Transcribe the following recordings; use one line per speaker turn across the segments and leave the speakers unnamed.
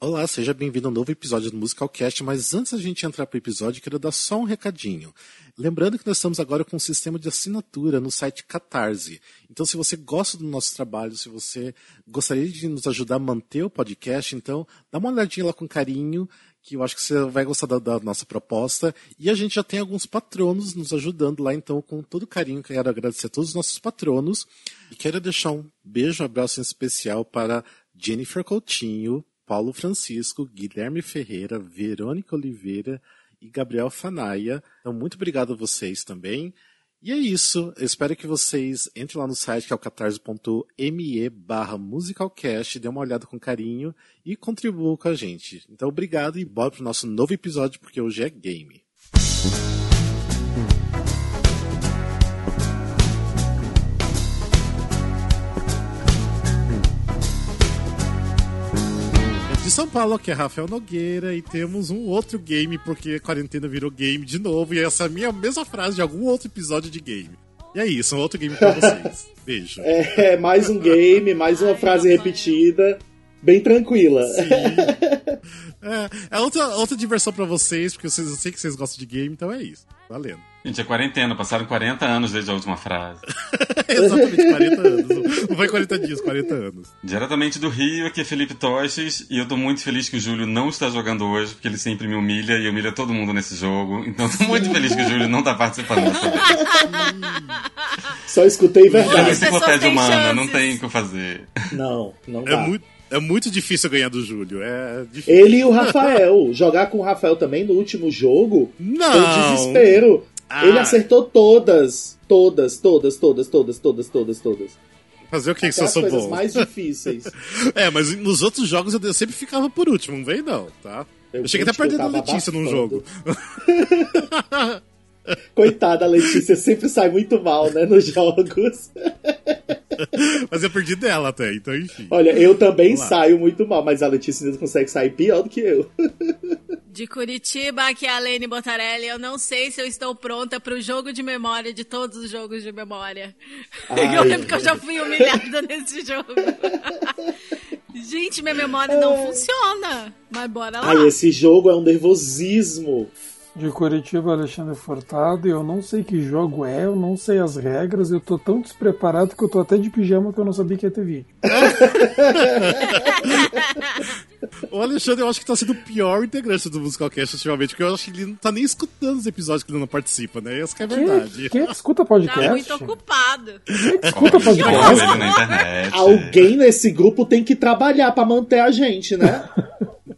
Olá, seja bem-vindo a um novo episódio do Musicalcast, mas antes da gente entrar para o episódio, quero dar só um recadinho. Lembrando que nós estamos agora com um sistema de assinatura no site Catarse. Então, se você gosta do nosso trabalho, se você gostaria de nos ajudar a manter o podcast, então dá uma olhadinha lá com carinho, que eu acho que você vai gostar da, da nossa proposta. E a gente já tem alguns patronos nos ajudando lá, então, com todo carinho, quero agradecer a todos os nossos patronos. E quero deixar um beijo, um abraço em especial para Jennifer Coutinho, Paulo Francisco, Guilherme Ferreira, Verônica Oliveira e Gabriel Fanaia. Então, muito obrigado a vocês também. E é isso. Eu espero que vocês entrem lá no site, que é o catarse.me barra musicalcast, dê uma olhada com carinho e contribuam com a gente. Então, obrigado e bora pro nosso novo episódio, porque hoje é game. De São Paulo, que é Rafael Nogueira, e temos um outro game, porque a quarentena virou game de novo, e essa é a minha mesma frase de algum outro episódio de game. E é isso, um outro game pra vocês. Beijo.
É, mais um game, mais uma frase repetida, bem tranquila.
É, é outra, outra diversão pra vocês, porque vocês, eu sei que vocês gostam de game, então é isso. Valendo.
Gente, é quarentena, passaram 40 anos desde a última frase.
É Exatamente, 40 anos. Não foi 40 dias, 40 anos.
Diretamente do Rio, aqui é Felipe Toches, e eu tô muito feliz que o Júlio não está jogando hoje, porque ele sempre me humilha e humilha todo mundo nesse jogo. Então tô muito feliz que o Júlio não tá participando dessa vez.
Só escutei
É uma
verdade.
pessoas
enciclopédia
têm
humana,
chances.
não tem o que fazer.
Não, não
É
dá.
muito, é muito difícil ganhar do Júlio. É difícil.
Tá. Ele e o Rafael. Jogar com o Rafael também no último jogo foi um
Não!
desespero.
Ah,
Ele acertou todas. Todas, todas, todas, todas, todas, todas, todas.
Fazer o que que
Até
eu
as
sou
coisas
bom?
mais difíceis.
É, mas nos outros jogos eu sempre ficava por último, não vem não, tá? Eu, cheguei até a
gente,
perder da
tava
Letícia num
abafando.
jogo.
Coitada, a Letícia sempre sai muito mal, né, nos jogos.
Mas eu perdi dela até, então enfim.
Olha, eu também
Vamos lá.
saio muito mal, mas a Letícia ainda consegue sair pior do que eu.
De Curitiba, aqui é a Lene Botarelli. Eu não sei se eu estou pronta pro jogo de memória de todos os jogos de memória.
Ai.
Eu lembro que eu já fui humilhada nesse jogo. Gente, minha memória não funciona. Mas bora lá.
Ai, esse jogo é um nervosismo.
De Curitiba, Alexandre Furtado, e eu não sei que jogo é, eu não sei as regras, eu tô tão despreparado que eu tô até de pijama que eu não sabia que ia ter vídeo.
O Alexandre eu acho que tá sendo o pior integrante do Musicalcast ultimamente, porque eu acho que ele não tá nem escutando os episódios que ele não participa, né? Essa que é a verdade.
Quem, quem é que escuta
Tá
podcast?
muito ocupado.
Quem é que
Olha,
escuta
jogou
podcast?
ele na internet.
Alguém nesse grupo tem que trabalhar pra manter a gente, né?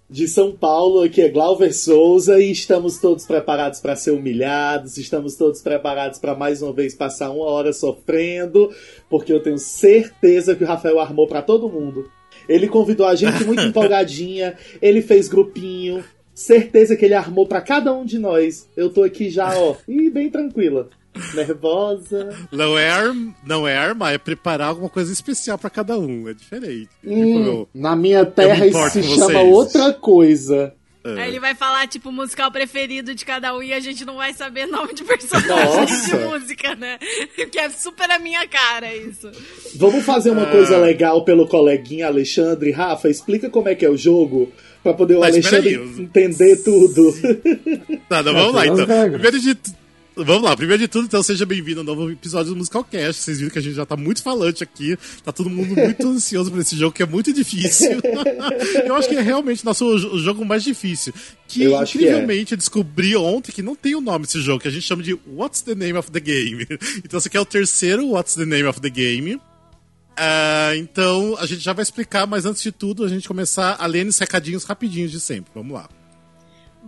De São Paulo, aqui é Glauber Souza e estamos todos preparados pra ser humilhados, estamos todos preparados pra mais uma vez passar uma hora sofrendo, porque eu tenho certeza que o Rafael armou pra todo mundo. Ele convidou a gente muito empolgadinha, ele fez grupinho, certeza que ele armou pra cada um de nós. Eu tô aqui já, ó, e bem tranquila, nervosa.
Não é, arm- não é armar, é preparar alguma coisa especial pra cada um, é diferente. Tipo,
Hum,
eu-
na minha
eu
terra
me
isso
importo
se
com
chama
vocês.
outra coisa.
Aí ele vai falar, tipo, o musical preferido de cada um e a gente não vai saber nome de personagem
Nossa.
de música, né? Que é super a minha cara isso.
Vamos fazer
É.
uma coisa legal pelo coleguinha Alexandre. Rafa, explica como é que é o jogo pra poder o
Mas
Alexandre
peraí, eu-
entender tudo.
Tá, não,
É,
vamos lá
tem as
então.
regras.
Primeiro de tu- Vamos lá, primeiro de tudo, então seja bem-vindo ao novo episódio do Musicalcast. Vocês viram que a gente já tá muito falante aqui, tá todo mundo muito ansioso por esse jogo que é muito difícil. eu acho que é realmente nosso jo- o jogo mais difícil. Que
Eu acho que é.
incrivelmente eu descobri ontem que não tem o nome desse jogo, que a gente chama de What's the Name of the Game. Então esse aqui é o terceiro What's the Name of the Game. Ah, então a gente já vai explicar, mas antes de tudo, a gente começar a ler os recadinhos rapidinhos de sempre. Vamos lá.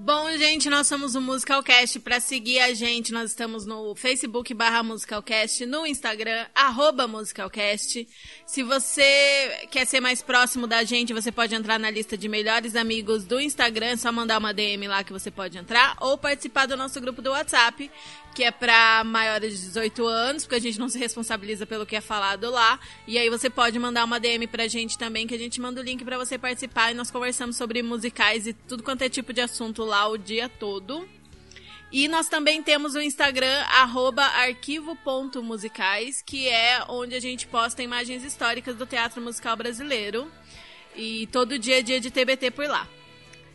Bom, gente, nós somos o Musicalcast. Pra seguir a gente, nós estamos no Facebook barra Musicalcast, no Instagram, arroba Musicalcast. Se você quer ser mais próximo da gente, você pode entrar na lista de melhores amigos do Instagram, é só mandar uma DM lá que você pode entrar, ou participar do nosso grupo do WhatsApp, que é pra maiores de 18 anos, porque a gente não se responsabiliza pelo que é falado lá. E aí você pode mandar uma DM pra gente também, que a gente manda o link pra você participar e nós conversamos sobre musicais e tudo quanto é tipo de assunto lá o dia todo. E nós também temos o Instagram, arroba arquivo.musicais, que é onde a gente posta imagens históricas do teatro musical brasileiro. E todo dia é dia de TBT por lá.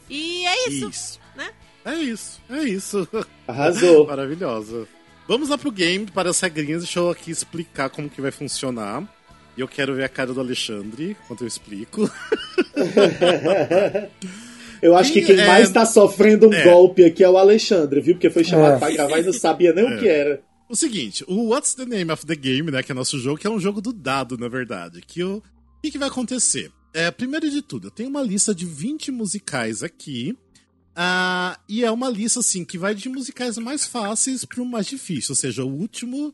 E é isso,
Isso.
né?
É isso, é isso.
Arrasou.
Maravilhosa. Vamos lá pro game, para as regrinhas. Deixa eu aqui explicar como que vai funcionar. E eu quero ver a cara do Alexandre enquanto eu explico.
Eu acho que quem
É.
mais tá sofrendo um
É.
golpe aqui é o Alexandre, viu? Porque foi chamado
É.
pra gravar e não sabia
É.
nem o que era.
O seguinte, o What's the Name of the Game, né, que é nosso jogo, que é um jogo do dado, na verdade, que o o que, que vai acontecer? É, primeiro de tudo, eu tenho uma lista de 20 musicais aqui, ah, e é uma lista, assim, que vai de musicais mais fáceis pro mais difícil, ou seja, o último...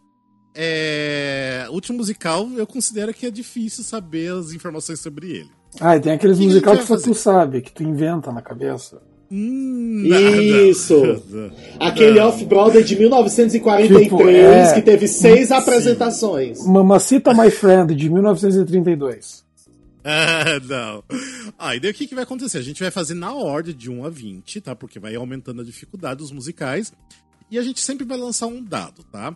É... o último musical eu considero que é difícil saber as informações sobre ele.
Ah, e tem aqueles
O que que
musical
a
que
gente
só
vai
tu sabe, que tu inventa na cabeça.
Hum,
Isso. Aquele Off-Brother de 1943
Tipo, é.
que teve seis apresentações.
Mamacita My Friend, de 1932.
Ah, não. Ah, e daí o que, que vai acontecer? A gente vai fazer na ordem de 1 a 20, tá? Porque vai aumentando a dificuldade dos musicais. E a gente sempre vai lançar um dado, tá?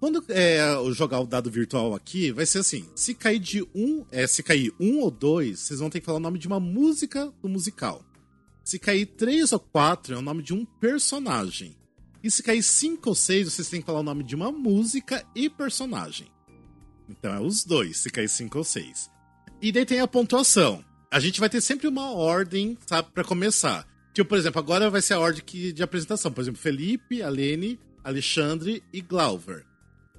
Quando é, eu jogar o dado virtual aqui, vai ser assim: se cair de um, é, se cair um ou dois, vocês vão ter que falar o nome de uma música do musical. Se cair três ou quatro, é o nome de um personagem. E se cair cinco ou seis, vocês têm que falar o nome de uma música e personagem. Então é os dois, se cair cinco ou seis. E daí tem a pontuação. A gente vai ter sempre uma ordem, sabe, pra começar. Tipo, por exemplo, agora vai ser a ordem que, de apresentação. Por exemplo, Felipe, Alene, Alexandre e Glauber.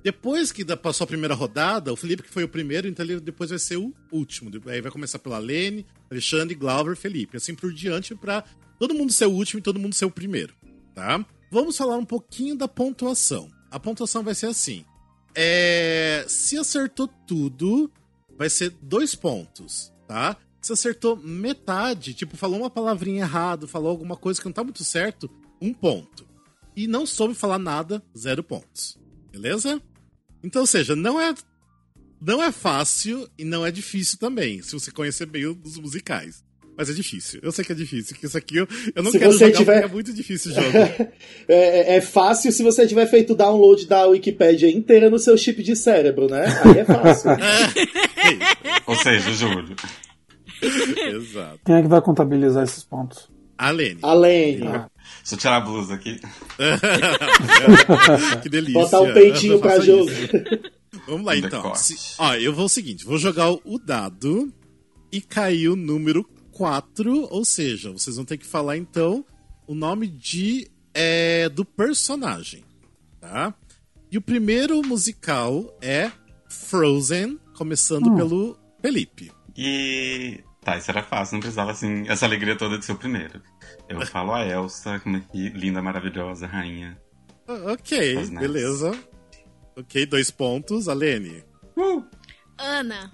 Depois que da- passou a primeira rodada, o Felipe que foi o primeiro, então ele depois vai ser o último. De- Aí vai começar pela Alene, Alexandre, Glauber, Felipe. Assim por diante pra todo mundo ser o último e todo mundo ser o primeiro, tá? Vamos falar um pouquinho da pontuação. A pontuação vai ser assim. É, se acertou tudo, vai ser dois pontos, tá? Se acertou metade, tipo, falou uma palavrinha errada, falou alguma coisa que não tá muito certo, um ponto. E não soube falar nada, zero pontos. Beleza? Então, ou seja, não é, não é fácil e não é difícil também, se você conhecer bem os musicais. Mas é difícil. Eu sei que é difícil, que isso aqui eu, eu não
Se
quero
você
jogar
tiver-
porque é muito difícil o jogo.
É, é fácil se você tiver feito o download da Wikipédia inteira no seu chip de cérebro, né? Aí é fácil.
É
Ou seja, Júlio.
Exato.
Quem é que vai contabilizar esses pontos?
Alene.
Além,
Deixa eu tirar a blusa aqui.
que delícia.
botar um peitinho
é, Eu
pra
faço
jogo.
isso. Vamos lá, então.
Decote.
Se- ó, eu vou o seguinte, vou jogar o- o dado e cair o número 4, ou seja, vocês vão ter que falar, então, o nome de é, do personagem, tá? E o primeiro musical é Frozen, começando
Hum.
pelo Felipe.
E. Tá, isso era fácil, não precisava assim, essa alegria toda de ser o primeiro. Eu falo a Elsa, como é que linda, maravilhosa, rainha.
Ah, ok,
Pois não.
beleza. Ok, dois pontos. Alene.
Ana,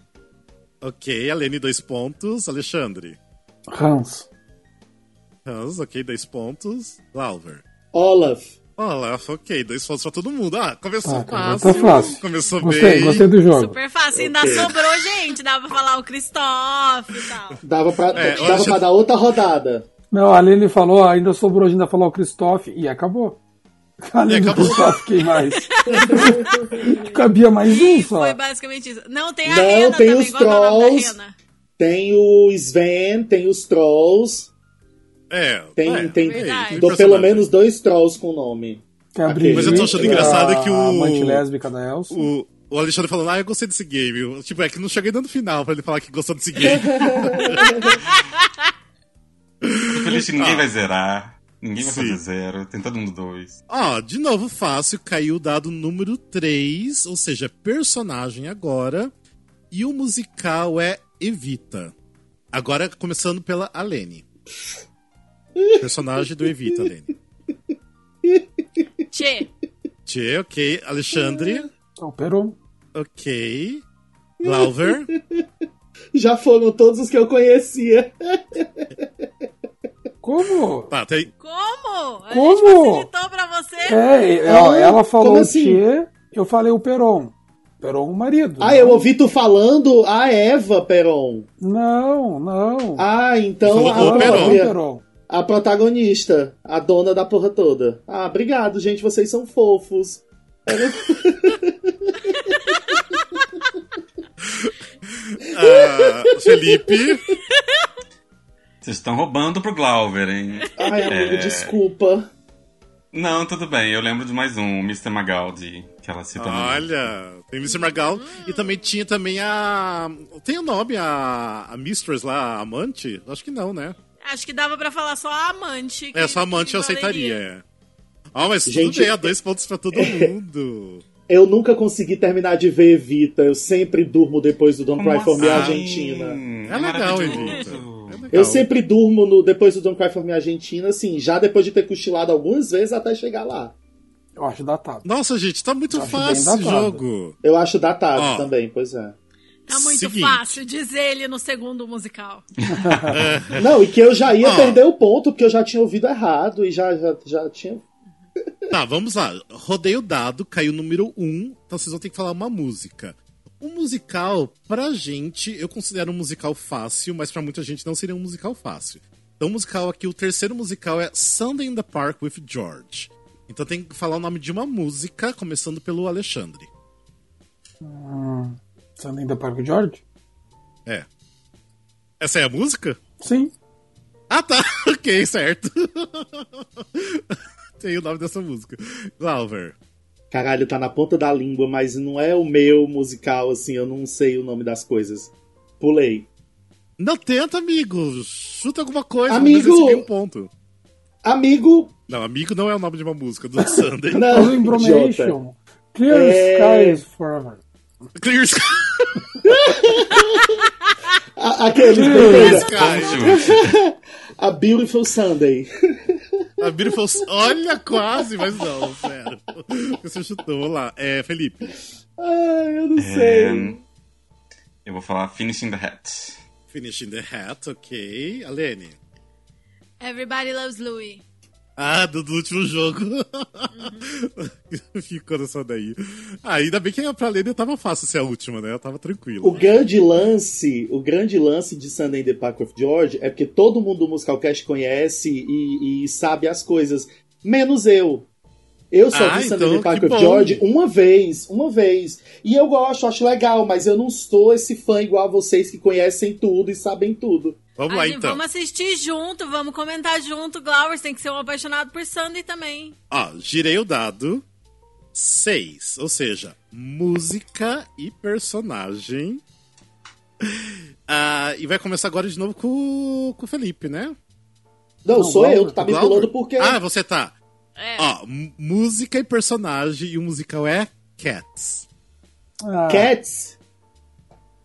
Ok, Alene, dois pontos. Alexandre.
Hans.
Hans, ok, dois pontos. Lauver.
Olaf.
Olá, ok, dois pontos pra todo mundo. Ah, começou
Ah, cara,
fácil.
tá fácil.
Começou
Gostei,
bem.
gostei do jogo.
super fácil. Ainda sobrou gente, dava pra falar o Christoph e tal.
Dava pra,
É, eu
dava
acho-
pra dar outra rodada.
Não, a Aline falou, ainda sobrou, ainda falou o Christoph e acabou. Além do
acabou.
Christoph, quem mais? Cabia mais um
E
só.
foi basicamente isso. Não, tem a
Não,
Rena
tem
também.
os
Qual que é o nome
trolls.
da Rena?
Tem o Sven, tem os Trolls.
É,
Tem,
é,
tem,
Verdade.
tem
dou pelo
personagem.
menos dois Trolls com nome.
Tem a
Mas
Brigitte,
eu tô achando
a-
engraçado que o-
A amante lésbica da Elsa.
O, o Alexandre falando, ah, eu gostei desse game. Tipo, é que não cheguei dando final pra ele falar que gostou desse game.
Tô feliz que assim, ninguém vai zerar, ninguém vai
Ah. Sim.
fazer zero, tem todo mundo dois.
Ó, de novo fácil, caiu o dado número 3, ou seja, personagem agora. E o musical é Evita. Agora começando pela Alene. Personagem do Evita, Alene.
Tchê.
Tchê, ok. Alexandre,
É o Peron.
ok. Lauver.
Já foram todos os que eu conhecia.
Como?
Tá, tem.
Como? A
Como?
gente facilitou pra você?
É, e- ó,
Ah,
ela falou
como
o
assim?
Tchê, eu falei o Peron. Peron o marido.
Ah, eu ouvi tu falando a Eva Peron.
Não, não.
Ah, então
Falou
a
com o Peron.
Peron.
própria- A protagonista, a dona da porra toda. Ah, obrigado, gente, vocês são fofos.
ah, Felipe.
Vocês estão roubando pro Glauber, hein?
Ai,
É.
amigo, desculpa.
Não, tudo bem. Eu lembro de mais um, o Mr. Magaldi, que ela cita no-
Olha, tem Mr. Magal. E também tinha também a. Tem o nome, a, a Mistress lá, a amante? Acho que não, né?
Acho que dava pra falar só a amante. que-
É, sua amante
que
eu
valeria.
aceitaria. é. Ah, mas
Gente,
tudo bem, há dois pontos pra todo mundo.
Eu nunca consegui terminar de ver Evita. Eu sempre durmo depois do Don't
Como
Cry For Me
assim?
Argentina.
É, legal, Evita.
maravilhoso.
É legal.
Eu sempre durmo no, depois do Don't Cry For Me Argentina, assim, já depois de ter cochilado algumas vezes até chegar lá.
Eu acho datado.
Nossa, gente, tá muito
Acho bem
fácil esse
datado.
jogo.
Eu acho datado
Ah.
Ó.
também, pois é.
Tá muito
Seguinte.
fácil, diz ele no segundo musical.
Não, e que eu já ia
Ah.
Ó.
perder o ponto, porque eu já tinha ouvido errado e já, já, já tinha.
Tá, vamos lá. Rodei o dado, caiu o número 1, um, então vocês vão ter que falar uma música. O musical, pra gente, eu considero um musical fácil, mas pra muita gente não seria um musical fácil. Então, o musical aqui, o terceiro musical é Sunday in the Park with George. Então tem que falar o nome de uma música, começando pelo Alexandre.
Você ainda ainda Parque George?
É. Essa é a música?
Sim.
Ah, tá. Ok, certo. tem o nome dessa música. Glauber.
Caralho, tá na ponta da língua, mas não é o meu musical, assim, eu não sei o nome das coisas. Pulei.
Não tenta, amigo. Chuta alguma coisa.
Amigo!
mas esse aqui é um ponto.
Amigo!
Não, amigo não é o nome de uma música do Sunday.
Não,
Fazem
Ah, idiota.
Bromation. Clear
É.
Skies Forever.
Clear Sky.
A- Aquele.
Clear
beleza.
Anjo.
A Beautiful Sunday.
A Biri falou, olha, quase, mas não, sério. Você chutou, vamos lá. É, Felipe.
Ai, eu não sei.
É, eu vou falar Finishing the Hat.
Finishing the Hat, ok. Alene.
Everybody loves Louis.
Ah, do, do último jogo.
Uhum.
Ficou nessa daí. Ah, ainda bem que pra Alene tava fácil ser a última, né? Eu tava tranquilo.
O grande lance, o grande lance de Sunday in the Park of George é porque todo mundo do Musicalcast conhece e, e sabe as coisas, menos eu. Eu só
Ah,
vi Sunday in
então,
the Park
que
of
bom.
George uma vez, uma vez. E eu gosto, acho legal, mas eu não sou esse fã igual a vocês que conhecem tudo e sabem tudo.
Vamos lá,
Ai,
então.
Vamos assistir junto, vamos comentar junto. Glauber você tem que ser um apaixonado por Sandy também.
Ó, girei o dado. Seis. Ou seja, música e personagem. Ah, e vai começar agora de novo com, o- com o Felipe, né?
Não,
Não,
sou
Glauber,
eu que tá me
Glauber?
pulando porque.
Ah, você tá.
É.
Ó, m- música e personagem, e o musical é Cats.
Ah,
Cats,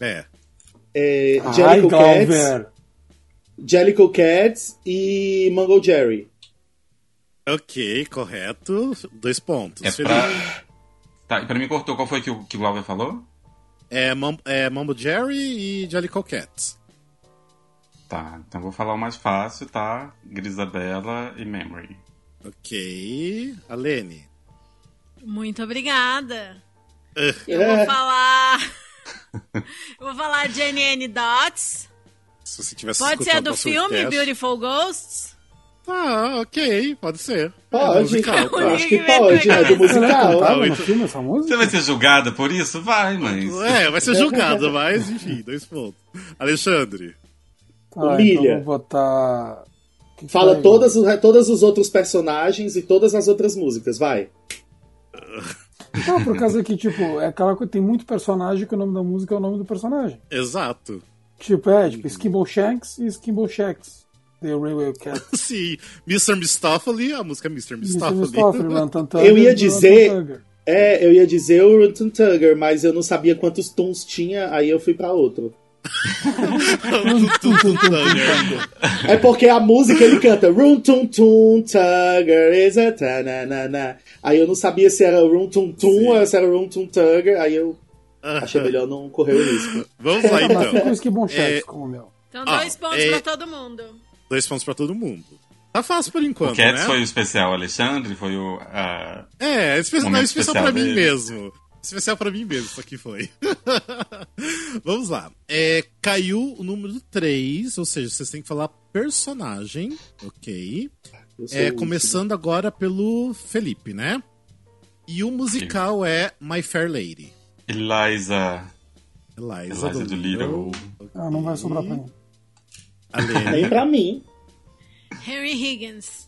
É.
é,
Ai,
Jellicle Cats,
Galver.
Jellicle Cats e Mango Jerry.
Ok, correto. Dois pontos.
É
Felipe.
pra... Tá, e pra mim cortou, qual foi que o, que o Glauber falou?
É, Mam- é Mambo Jerry e Jellicle Cats.
Tá, então vou falar o mais fácil, tá? Grisabella e Memory.
Ok. Alene.
Muito obrigada. Eu
É.
vou falar. Eu vou falar JNN Dots.
Se você tivesse
Pode ser a
escutado
do
nosso
filme
podcast-
Beautiful Ghosts?
Tá, ok, pode ser.
Pode.
É musical,
Eu
tá.
acho que pode, né? Do
Será que
musical.
cantava
Ah,
no
oito.
filme é essa
Você
música?
vai ser julgada por isso? Vai, mas...
É, vai ser julgado, mas enfim, dois pontos. Alexandre.
Tá,
Milha.
então eu vou botar... que que
Fala
tá aí?
todas, os- todos os outros personagens e todas as outras músicas, vai.
Não, por causa que, tipo, é aquela coisa, tem muito personagem que o nome da música é o nome do personagem.
Exato.
Tipo, é, tipo, Skimble Shanks e Skimble Shacks. The Railway Cat.
Sim, Mr. Mistoffoli, a música é Mr.
Mr.
Mistoffoli.
Mustafa, Run Tum Tugger,
Eu ia
Run
dizer-
Tum Tugger.
É, eu ia dizer o Runton Tugger, mas eu não sabia quantos tons tinha, aí eu fui pra outro.
Tum, tum, tum, tum.
É porque a música ele canta Runton Tum Tugger is a tananana. Aí eu não sabia se era Runton Tum ou se era Runton Tugger, aí eu achei melhor não correr o risco.
Vamos lá,
Mas fica o
então.
Skimble Shacks
É.
como o meu.
Então,
Ah,
dois pontos
é-
pra todo mundo.
Dois pontos pra todo mundo. Tá fácil por enquanto,
O Cats
né?
foi o especial Alexandre, foi o... ah,
É, espe... não,
Momento
especial
especial
pra mim
dele.
mesmo. Especial pra mim mesmo, isso aqui foi. Vamos lá. É, caiu o número 3, ou seja, vocês têm que falar personagem, ok?
Eu sou
É,
o
começando agora pelo Felipe, né? E o musical é My Fair Lady.
Eliza
Eliza
Eliza Doolittle.
Ah, não vai sobrar pra mim.
Tem
Alene.
pra mim.
Harry Higgins.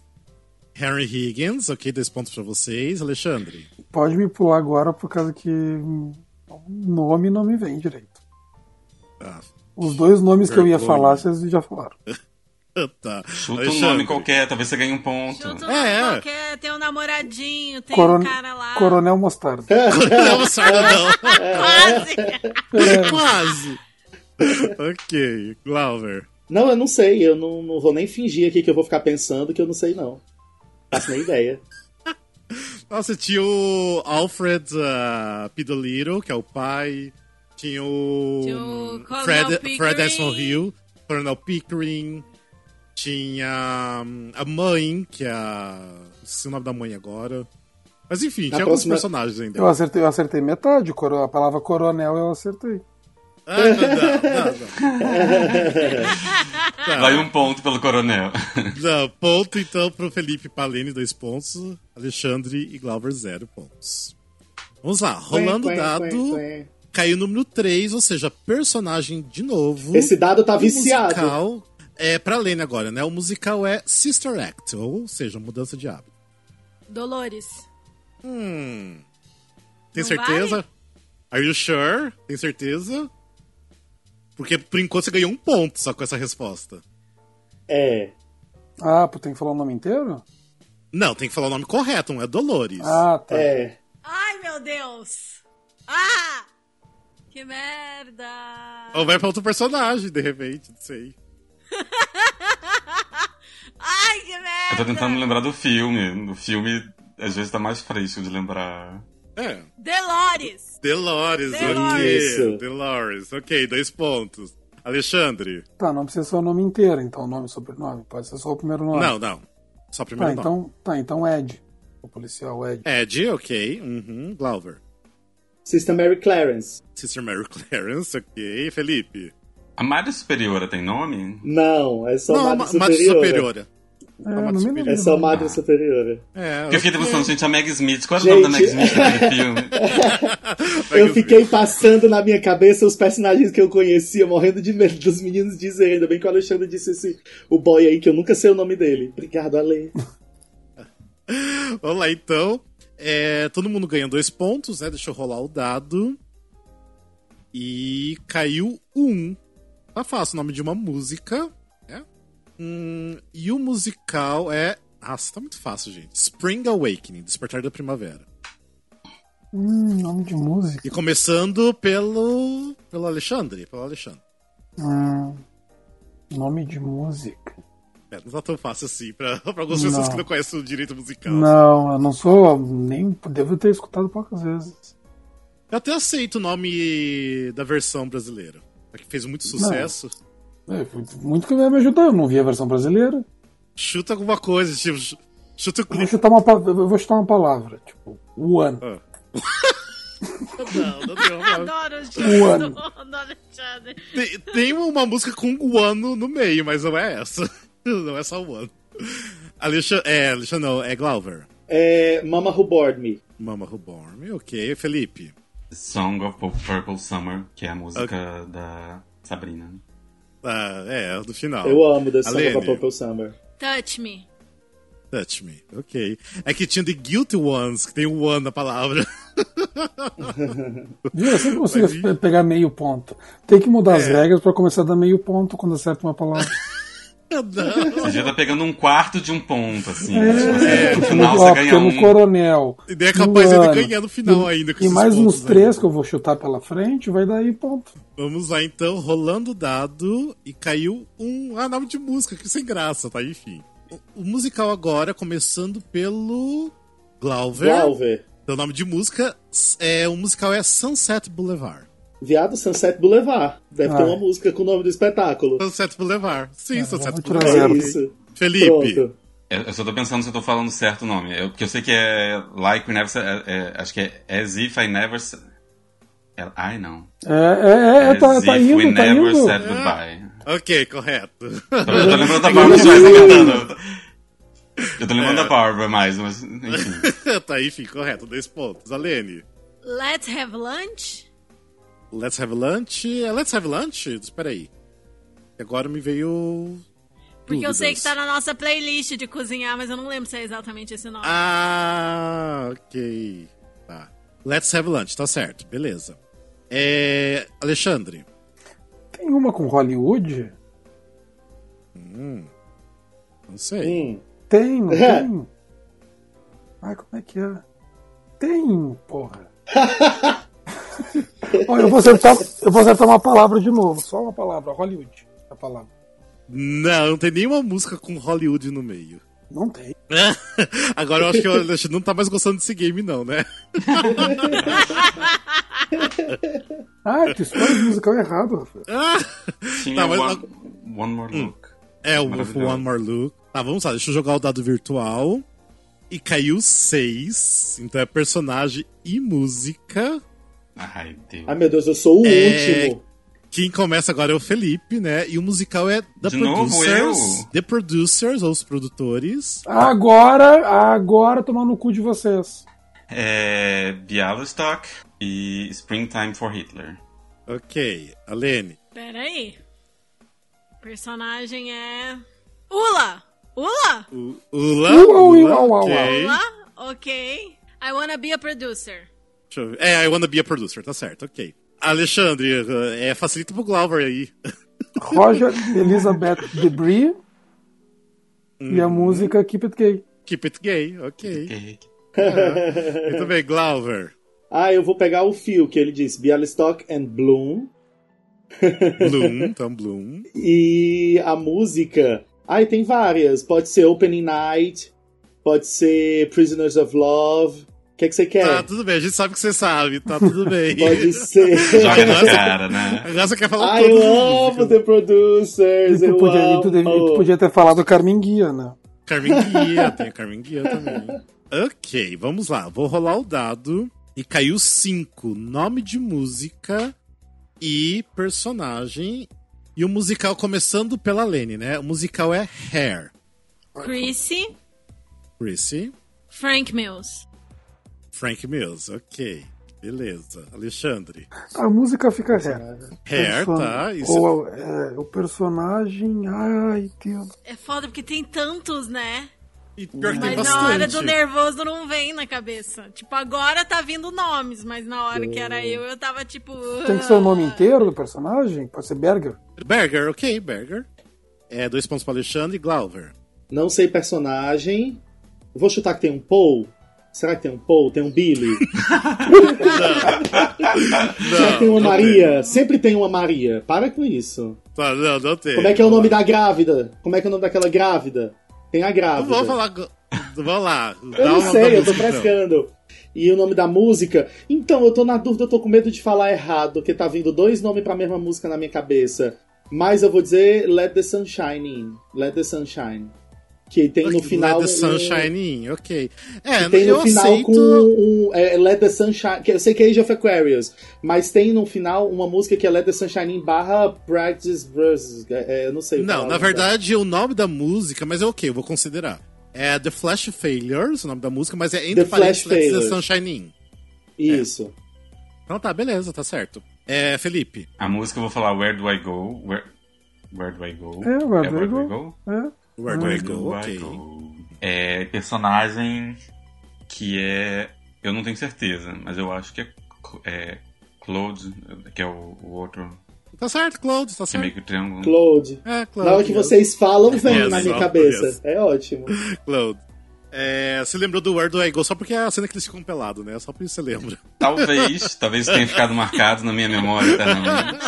Harry Higgins, ok, dois pontos pra vocês. Alexandre.
Pode me pular agora por causa que hum, nome não me vem direito.
Ah,
Os dois nomes que eu ia
Vergonha.
falar, vocês já falaram.
tá.
Chuta um
Alexandre.
nome qualquer, talvez você ganhe um ponto.
Junto
É, é.
é, qualquer, tem um namoradinho, tem
Coron-
um cara lá. É.
Coronel Mostarda.
Não, Sarda não.
Quase!
Quase. É. ok, Glauber.
Não, eu não sei. Eu não, não vou nem fingir aqui que eu vou ficar pensando que eu não sei, não. Faço nem ideia.
Nossa, tinha o Alfred uh, Pidoliro, que é o pai. Tinha o.
Tinha o Coronel
Fred,
Pickering.
Fred Aston Hill, Coronel Pickering. Tinha hum, a mãe, que é a. Esqueci o nome da mãe agora. Mas enfim,
Na
tinha alguns
próxima-
personagens ainda.
Eu acertei, eu acertei metade, coro- a palavra coronel eu acertei.
Ah, não, não, Tá.
Vai
não, não.
um ponto pelo coronel.
Tá, não, ponto então pro Felipe Palene, dois pontos. Alexandre e Glauber, zero pontos. Vamos lá, rolando o
Quen, quen,
dado.
quen, quen.
Caiu o número 3, ou seja, personagem de novo.
Esse dado tá
O
viciado.
Um musical é pra Lene agora, né? O musical é Sister Act, ou seja, mudança de hábito.
Dolores.
Hum. Tem
Não
certeza?
vale?
Are you sure? Tem certeza? Porque por enquanto você ganhou um ponto só com essa resposta.
É.
Ah, pô, tem que falar o nome inteiro?
Não, tem que falar o nome correto, não é Dolores.
Ah, tá.
É.
Ai, meu Deus! Ah! Que merda!
Ou vai pra outro personagem, de repente, não sei.
Ai, que
Eu tô
merda!
tentando lembrar do filme. O filme, às vezes, tá mais fresco de lembrar.
É.
Dolores!
Dolores, ok.
Isso.
Dolores, ok, dois pontos. Alexandre.
Tá, não precisa ser o nome inteiro, então, nome e sobrenome. Pode ser só o primeiro nome.
Não, não. Só
Tá,
Ah,
primeiro nome.
então, tá, então Ed. O policial Ed.
Ed, ok. Uhum. Glauber.
Sister Mary Clarence.
Sister Mary Clarence, ok. Felipe.
A Mari Superiora tem nome?
Não, é só
não,
Madre
Ma- Madre
Superiora.
É,
Não, mas
não me
superior.
lembro.
É só Madre Superiora.
É,
Porque eu fiquei
ok.
pensando, gente, a Meg Smith. Qual era o nome da Meg
Gente.
Smith naquele filme?
Vai
eu
que
fiquei passando na minha cabeça os personagens que eu conhecia, morrendo de medo dos meninos dizerem. Ainda bem que o Alexandre disse esse, o boy aí, que eu nunca sei o nome dele. Ricardo Ale.
Vamos lá, então. É, todo mundo ganha dois pontos, né? Deixa eu rolar o dado. E caiu um. Tá fácil, o nome de uma música. Né? Hum, e o musical é. Nossa, tá muito fácil, gente. Spring Awakening Despertar da Primavera.
Hum, nome de música.
E começando pelo. pelo Alexandre. Pelo Alexandre.
Hum, nome de música.
É, não tá tão fácil assim pra, pra algumas pessoas
Não.
que não conhecem o direito musical.
Não, eu não sou. Nem devo ter escutado poucas vezes.
Eu até aceito o nome da versão brasileira. Que fez muito sucesso.
É, foi muito que me ajudou. Eu não vi a versão brasileira.
Chuta alguma coisa, tipo. ch- Chuta o
Eu vou
clipe.
chutar uma, pa- eu vou chutar uma palavra. Tipo, One.
Ah. Não, não deu. não.
Adoro o Júlio
One.
do Alexandre.
Tem, tem uma música com o ano no meio, mas não é essa. Não é só o ano. Alexandre, é, Alexandre não, é Glauber.
É, Mama Who Bored Me.
Mama Reborn, ok. Felipe.
Song of Purple Summer, que é a música da Sabrina.
Ah, é, do final.
Eu amo The Song
Alene.
of a Purple Summer.
Touch me.
Touch Me, ok. É que tinha The Guilty Ones, que tem o one na palavra.
Viu? Eu sempre consigo
Mas-
pe- pegar meio ponto. Tem que mudar as
É.
regras pra começar a dar meio ponto quando acerta uma palavra.
Não.
Você já tá pegando um quarto de um ponto, assim.
É,
no
porque
final
no-
você
ó,
ganha
porque no
um.
coronel.
E daí é
no
capaz ainda
ano,
ganhar no final ainda com
E
esses
mais uns
pontos
três
aí.
que eu vou chutar pela frente, vai dar aí ponto.
Vamos lá então, rolando o dado e caiu um. Ah, nome de música, que sem graça, tá? Enfim. O, o musical agora, começando pelo. Glauber.
Galver.
Então, o nome de música é. O musical é Sunset Boulevard.
Viado Sunset Boulevard. Deve ter
Ah.
uma música com o nome do espetáculo.
Sunset Boulevard. Sim, Sunset
vamos
Boulevard.
tirar zero.
É isso.
Felipe.
Pronto.
Eu, eu só tô pensando se eu tô falando certo o nome. Eu, porque eu sei que é Like We Never. Sa- é- é- acho que é As If I Never. Sa- É- ai, não.
É, é, é,
As
tá, tá
If We
indo, tá
Never
indo.
Said Goodbye.
Ok, correto.
Eu tô lembrando da Barbara mais cantando. Eu tô lembrando da Barbara mais, mas. Enfim.
tá, enfim, correto. Dois pontos. Alene.
Let's have lunch?
Let's Have Lunch. É Let's Have Lunch? Espera aí. Agora me veio.
Porque eu
dúvidas.
sei que tá na nossa playlist de cozinhar, mas eu não lembro se é exatamente esse nome.
Ah, ok. Tá. Let's Have Lunch, tá certo. Beleza. É, Alexandre.
Tem uma com Hollywood?
Não sei.
Hum.
Tem,
É.
tem. Ai, como é que é? Tem, porra. Olha, eu vou, acertar, eu vou acertar uma palavra de novo. Só uma palavra. Hollywood. A palavra.
Não, não tem nenhuma música com Hollywood no meio.
Não tem.
Agora eu acho que o Alexandre não tá mais gostando desse game, não, né?
Ah, tu escolhe musical errado, Rafael.
Ah,
Tinha
Tá, mas-
one, One More Look.
é, o Wolf
Maravilhoso.
One More Look. Tá, vamos lá, deixa eu jogar o dado virtual. E caiu seis. Então é personagem e música.
Ai, Deus.
Ai, meu Deus, eu sou o
É,
último.
Quem começa agora é o Felipe, né? E o musical é The
De novo,
Producers.
eu?
The Producers, ou os produtores.
Agora, agora tomar no cu de vocês.
É, Bialystok e Springtime for Hitler.
Ok, Alene.
Peraí. personagem é. Ula! Ula!
U- Ula.
Ua, ua,
Ula,
ua, ua.
ok.
Ula? Ok. I wanna be a producer.
Deixa eu ver. É, I wanna be a producer, tá certo, ok. Alexandre, eh, é, facilita pro Glauber aí.
Roger Elizabeth Debris. E
Uhum.
a música Keep It Gay.
Keep it gay, ok.
Que-
Muito bem, Glauber.
Ah, eu vou pegar o fio que ele disse: Bialystock and Bloom.
Bloom, então Bloom.
E a música. Ai, tem várias. Pode ser Opening Night, pode ser Prisoners of Love. O que, é que você quer?
Tá, tudo bem, a gente sabe que você sabe, tá tudo bem.
Pode ser.
Joga na cara, né?
Agora você quer falar
Ai,
todas
eu
as
amo
músicas.
The Producers.
Tu
Eu
podia,
amo.
tu devia- tu podia ter falado Carmen Guia, né?
Carmen Guia, tem a Carmen Guia também. Ok, vamos lá. Vou rolar o dado. E caiu cinco. Nome de música e personagem. E o musical começando pela Lene, né? O musical é Hair.
Chrissy
Chrissy,
Frank Mills.
Frank Mills, ok. Beleza. Alexandre.
A música fica reta.
Hair,
Person-
É, tá? Isso.
Ou, é, o personagem. Ai, Deus.
É foda porque tem tantos, né?
E pior que tem
Mas
bastante.
na hora do nervoso não vem na cabeça. Tipo, agora tá vindo nomes, mas na hora que era eu, eu tava tipo.
Hum. Tem que ser o nome inteiro do personagem? Pode ser Berger?
Berger, ok, Berger. É, dois pontos para Alexandre e Glauber.
Não sei personagem. Vou chutar que tem um Paul. Será que tem um Paul? Tem um Billy?
É?
Será que tem uma
não
Maria? Sempre tem uma Maria. Para com isso.
Tá, não, não tem.
Como é que é o nome da grávida? Como é que é o nome daquela grávida? Tem a
Não
grávida.
vou falar. go- Vamos lá.
Eu
dá
não
o nome da
sei, eu tô
música, então.
frescando. E o nome da música? Então, eu tô na dúvida, eu tô com medo de falar errado, porque tá vindo dois nomes pra mesma música na minha cabeça. Mas eu vou dizer Let the Sunshine In. Let the Sunshine. Que tem no
Ok,
final.
Let é the
um-
Sunshine In, ok. É,
Tem
eu
no final
aceito.
com um, é, Let the Sunshine. Que eu sei que é Age of Aquarius, mas tem no final uma música que é Let the Sunshine in barra Practice Versus. É, é, eu não sei.
Não,
falar
na
o nome
verdade, o nome da música, mas é ok, eu vou considerar. É The Flash Failures, o nome da música, mas é entre
The
parênteses
Flash
Let's the
Failures.
Sunshine In.
dela. Isso.
Então tá, beleza, tá certo. É, Felipe.
A música eu vou falar Where Do I Go? Where, where Do I Go?
É, Where Do I Go? É.
Where do I go? Ok.
É personagem que é. Eu não tenho certeza, mas eu acho que é, Cl- é Claude, que é o, o outro
Tá certo, Claude, tá
que é meio
certo.
que o triângulo.
Claude.
É, Claude.
Na hora que vocês falam, vem
Yes,
na minha
yes.
cabeça. É ótimo.
Claude. É, você lembrou do Where Do I Go só porque é a cena que eles ficam pelados, né? Só por isso você lembra.
Talvez, talvez tenha ficado marcado na minha memória eternamente.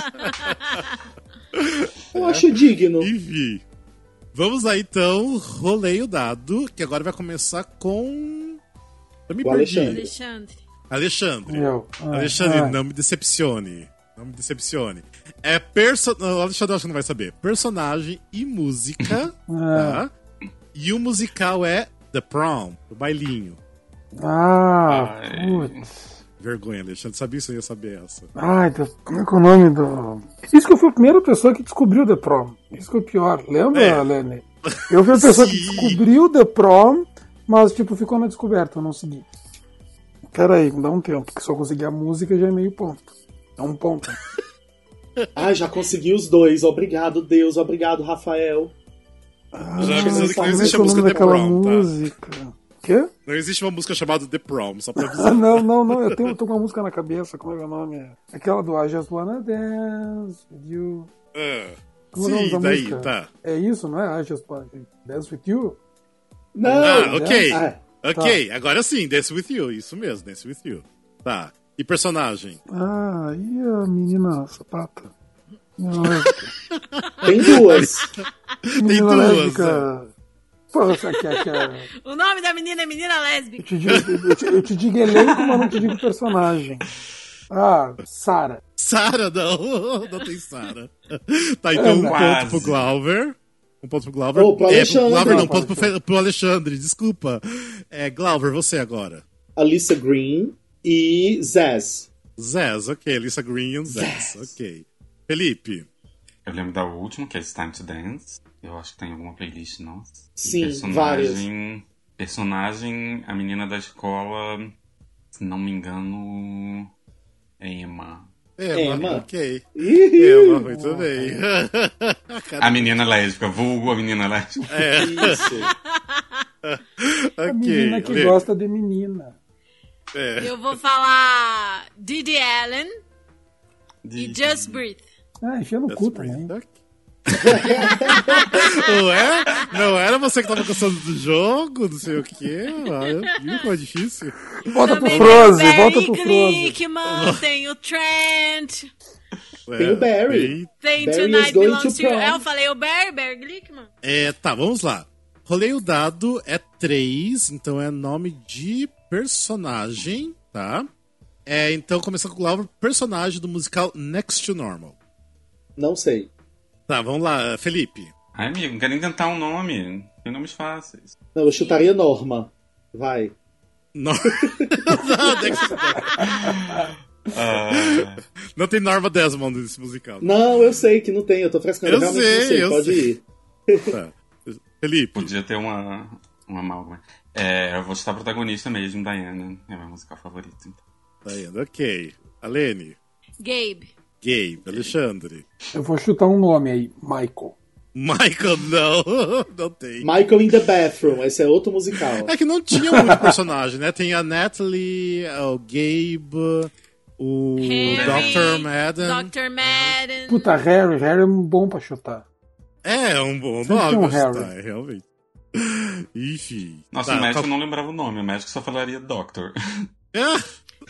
Eu
É.
acho digno.
Enfim. Vamos lá então, rolei o dado, que agora vai começar com. Eu me
O
perdi.
Alexandre.
Alexandre.
Alexandre.
Eu. Ah,
Alexandre,
ah.
não me decepcione. Não me decepcione. É perso... não, O Alexandre acho que não vai saber. Personagem e música.
Ah,
tá? E o musical é The Prom, o bailinho.
ah
Ai.
putz.
Vergonha, Alexandre. Sabia que você ia saber essa.
Ai, Deus, como é que é o nome do. Isso que eu fui a primeira pessoa que descobriu The Prom. Isso que é o pior. Lembra,
É.
Lene? Eu fui a pessoa que
Sim.
descobriu The Prom, mas, tipo, ficou na descoberta, eu não segui. Peraí, me dá um tempo, que só consegui a música já é meio ponto. É um ponto.
Ah, já consegui os dois. Obrigado, Deus. Obrigado, Rafael.
Ah,
Eu já avisando que não
como é
existe
que é o
a música
nome
The
daquela
Prom, tá?
música? Quê?
Não existe uma música chamada The Prom, só pra
Ah,
avisar.
não, não, não. Eu tenho, tô com uma música na cabeça. Como é que é o nome? Aquela do I Just Wanna Dance With You.
Ah,
Como é o nome
sim,
da
daí,
música?
tá.
É isso, não é? I Just Wanna Dance With You?
Não!
Ah, ok.
Ah,
Ok, agora sim, Dance With You, isso mesmo, Dance With You. Tá. E personagem?
Ah, e a menina sapata? Menina lésbica.
tem duas.
Menina
duas,
lésbica. Porra, essa aqui, aqui, aqui.
O nome da menina é menina
Eu
lésbica.
te digo, eu te, eu te digo elenco, mas não te digo personagem. Ah, Sara.
Sara, não. Não tem Sara. Tá, então um
Quase.
ponto pro Glauber. Um ponto pro Glauber.
Ô, pro
é, pro
Alexandre.
Glauber não, um
Não,
ponto pro,
pro
Fe- pro Alexandre, desculpa. É, Glauber, você agora.
Alissa Green e Zaz.
Zez, ok. Lisa Green e um Zez, ok. Felipe.
Eu lembro da última, que é It's Time to Dance. Eu acho que tem alguma playlist nossa. E
Sim, várias.
Personagem, a menina da escola, se não me engano, é Emma.
Emma,
Emma.
ok.
Ih,
Emma, muito bem.
A menina lésbica, vulgo a menina lésbica.
Isso.
ok.
A menina que
Lê.
gosta de menina.
É.
Eu vou falar Didi Allen e
De-
Just Breathe.
Ah, enfia no
That's
cu
pretty
também.
dark. Ué? né? Não era você que tava gostando do jogo, não sei o quê. Ah, Viu como é difícil?
Volta pro
Também
Froze,
tem o
volta
Barry
pro Froze.
Glickman, tem o Trent,
É,
Tem o Barry.
tem
Barry is
Tonight
going
Belongs
to
to You.
prom.
É, Eu falei o Barry, Barry Glickman.
É, tá, vamos lá. Rolei o dado, é 3, então é nome de personagem, tá? É, então, começando com o Lauro, personagem do musical Next to Normal.
Não sei.
Tá, vamos lá, Felipe.
Ai, amigo, não quero inventar um nome. Tem nomes fáceis.
Não, eu chutaria Norma. Vai.
No- não, Next to Normal.
Ah,
não tem Norma Desmond nesse musical.
Não, eu sei que não tem, eu tô frescando.
Eu
realmente
sei,
não sei,
eu
pode
sei.
ir.
Tá. Felipe.
podia ter uma, uma amálgama. É, eu vou citar a protagonista mesmo, Diana. É meu musical favorito. então.
Tá indo, ok. Alene.
Gabe.
Gabe, Alexandre.
Eu vou chutar um nome aí, Michael.
Michael, não, não tem.
Michael in the Bathroom, esse é outro musical.
É que não tinha muito personagem, né? Tem a Natalie, o Gabe, o
Harry,
Dr. Madden.
Dr. Madden.
Puta, Harry, Harry é um bom pra chutar.
É, é um bom
Sempre
nome,
tem um
mas tá,
Harry.
realmente. Enfim.
Nossa,
tá,
o médico
tá-
eu não lembrava o nome. O médico só falaria Doctor.
Ah,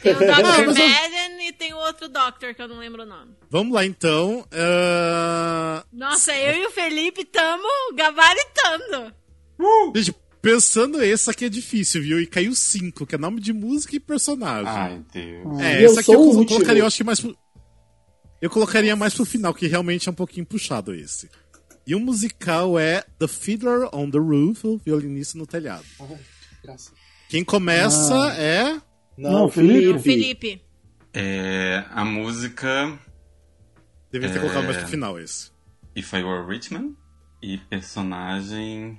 Tem o Dr.
Não, mas eu-
Madden e tem o outro Doctor que eu não lembro o nome.
vamos lá então. Ah,
Nossa, eu e o Felipe tamo gabaritando.
Gente, pensando esse aqui é difícil, viu? E caiu cinco, que é nome de música e personagem.
Ai, Deus.
É,
E eu
essa aqui
sou
eu
o
colo-
último.
colocaria, eu acho que mais pro... Eu colocaria mais pro final, que realmente é um pouquinho puxado esse. E o musical é The Fiddler on the Roof, o violinista no telhado.
Graça.
Quem
Ah.
começa é.
Não,
Não,
Felipe.
Felipe.
O Felipe.
É, a música
Deveria ter colocado mais pro final esse.
If I Were a Rich Man e personagem...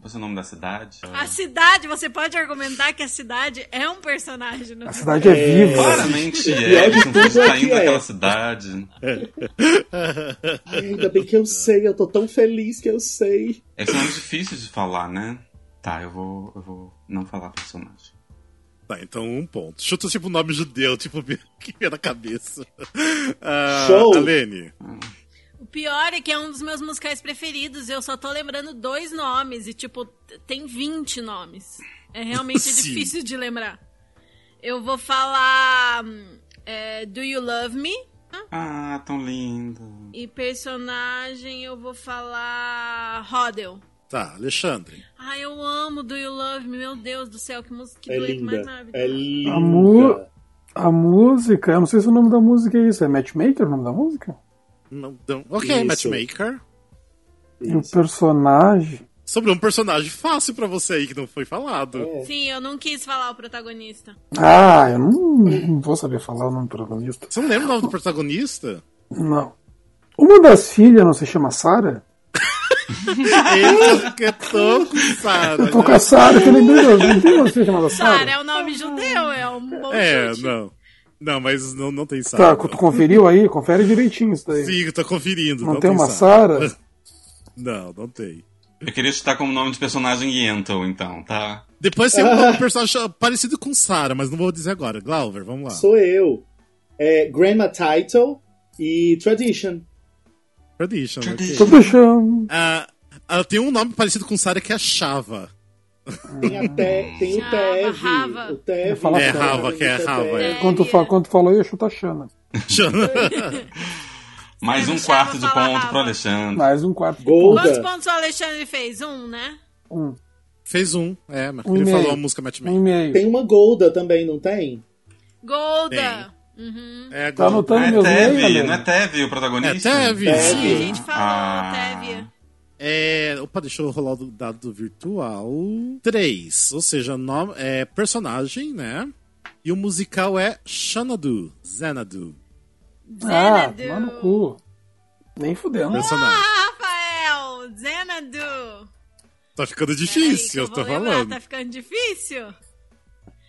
Não sei o nome da cidade.
A cidade, você pode argumentar que a cidade é um personagem. Não?
A cidade é, viva.
Claramente é,
Pior de
eles não
tudo é
saindo
que é.
daquela cidade.
Ai, ainda bem que eu
Tá.
sei, eu tô tão feliz que eu sei.
Esse nome é difícil de falar, né? Tá, eu vou, eu vou não falar personagem.
Tá, então um ponto. Chuta tipo o nome judeu, tipo, que vem na cabeça. Ah,
Show!
Alene.
O pior é que é um dos meus musicais preferidos e eu só tô lembrando dois nomes e, tipo, t- tem 20 nomes. É realmente
Sim.
difícil de lembrar. Eu vou falar hum, é, Do You Love Me
Ah, tão lindo.
e personagem eu vou falar Rodel.
Tá, Alexandre.
Ah, eu amo Do You Love Me, meu Deus do céu, que música que
É
doente mais tá?
linda. É
maravilhosa.
linda.
Amor. A música, eu não sei se o nome da música é isso. É Matchmaker o nome da música?
Não, não- Ok,
Isso.
Matchmaker.
E o
Isso.
personagem.
Sobre um personagem fácil pra você aí que não foi falado.
É.
Sim, eu não quis falar o protagonista.
Ah, eu não, não vou saber falar o nome do protagonista.
Você não lembra o nome do protagonista?
Não. Uma das filhas não se chama Sarah?
Esse que eu tô com né? Sara.
Eu tô com a Sarah, que eu lembrei, não tem uma filha chamada
Sara
Sarah?
é o nome judeu, é um bom
É,
chute.
não. Não, mas não, não tem
Tá,
sábado.
tu conferiu aí? Confere direitinho isso daí.
Sim, eu tô conferindo.
não,
Não,
tem uma
sábado.
Sara?
Não, não tem.
Eu queria chutar como nome de personagem Yentl, então, tá?
Depois tem um personagem parecido com Sara, mas não vou dizer agora. Glauber, vamos lá.
Sou eu. É Grandma Title e Tradition.
Tradition, ok.
Tô deixando.
Ah, ela tem um nome parecido com Sara que é Chava.
Tem até tem o
Ah,
Tev.
Rava.
O Tev.
Eu falava
É, Rava, que é Rava, é.
Quando tu, fa- quando tu falou, eu ia chutar Xana.
Mais
Eu
um
deixava
quarto de
falar
ponto
Rafa.
pro Alexandre.
Mais um quarto. de
Gol.
ponto.
Quantos pontos o Alexandre fez? Um, né?
Um,
Fez um, é, mas
Um
ele
e-mail.
falou a música
um e
Matchmaker.
meio.
Tem uma Golda também, não tem?
Golda. Uhum.
É,
Tá
Glauber.
anotando
Não é
meus meios,
Teve, não é
galera?
Teve o
É
protagonista?
Tev,
Tev.
Sim, a
sim.
gente falou,
Ah.
Tevia.
É, opa, deixa eu rolar o dado do virtual. 3. Ou seja, nome, é personagem, né? E o musical é Xanadu, Xanadu.
Ah,
Xanadu.
tomar no cu. Nem fudendo.
Personagem.
Ah, Rafael, Zenadu.
Tá ficando
Peraí, que
difícil, eu tô
vou lembrar,
falando.
Tá ficando difícil?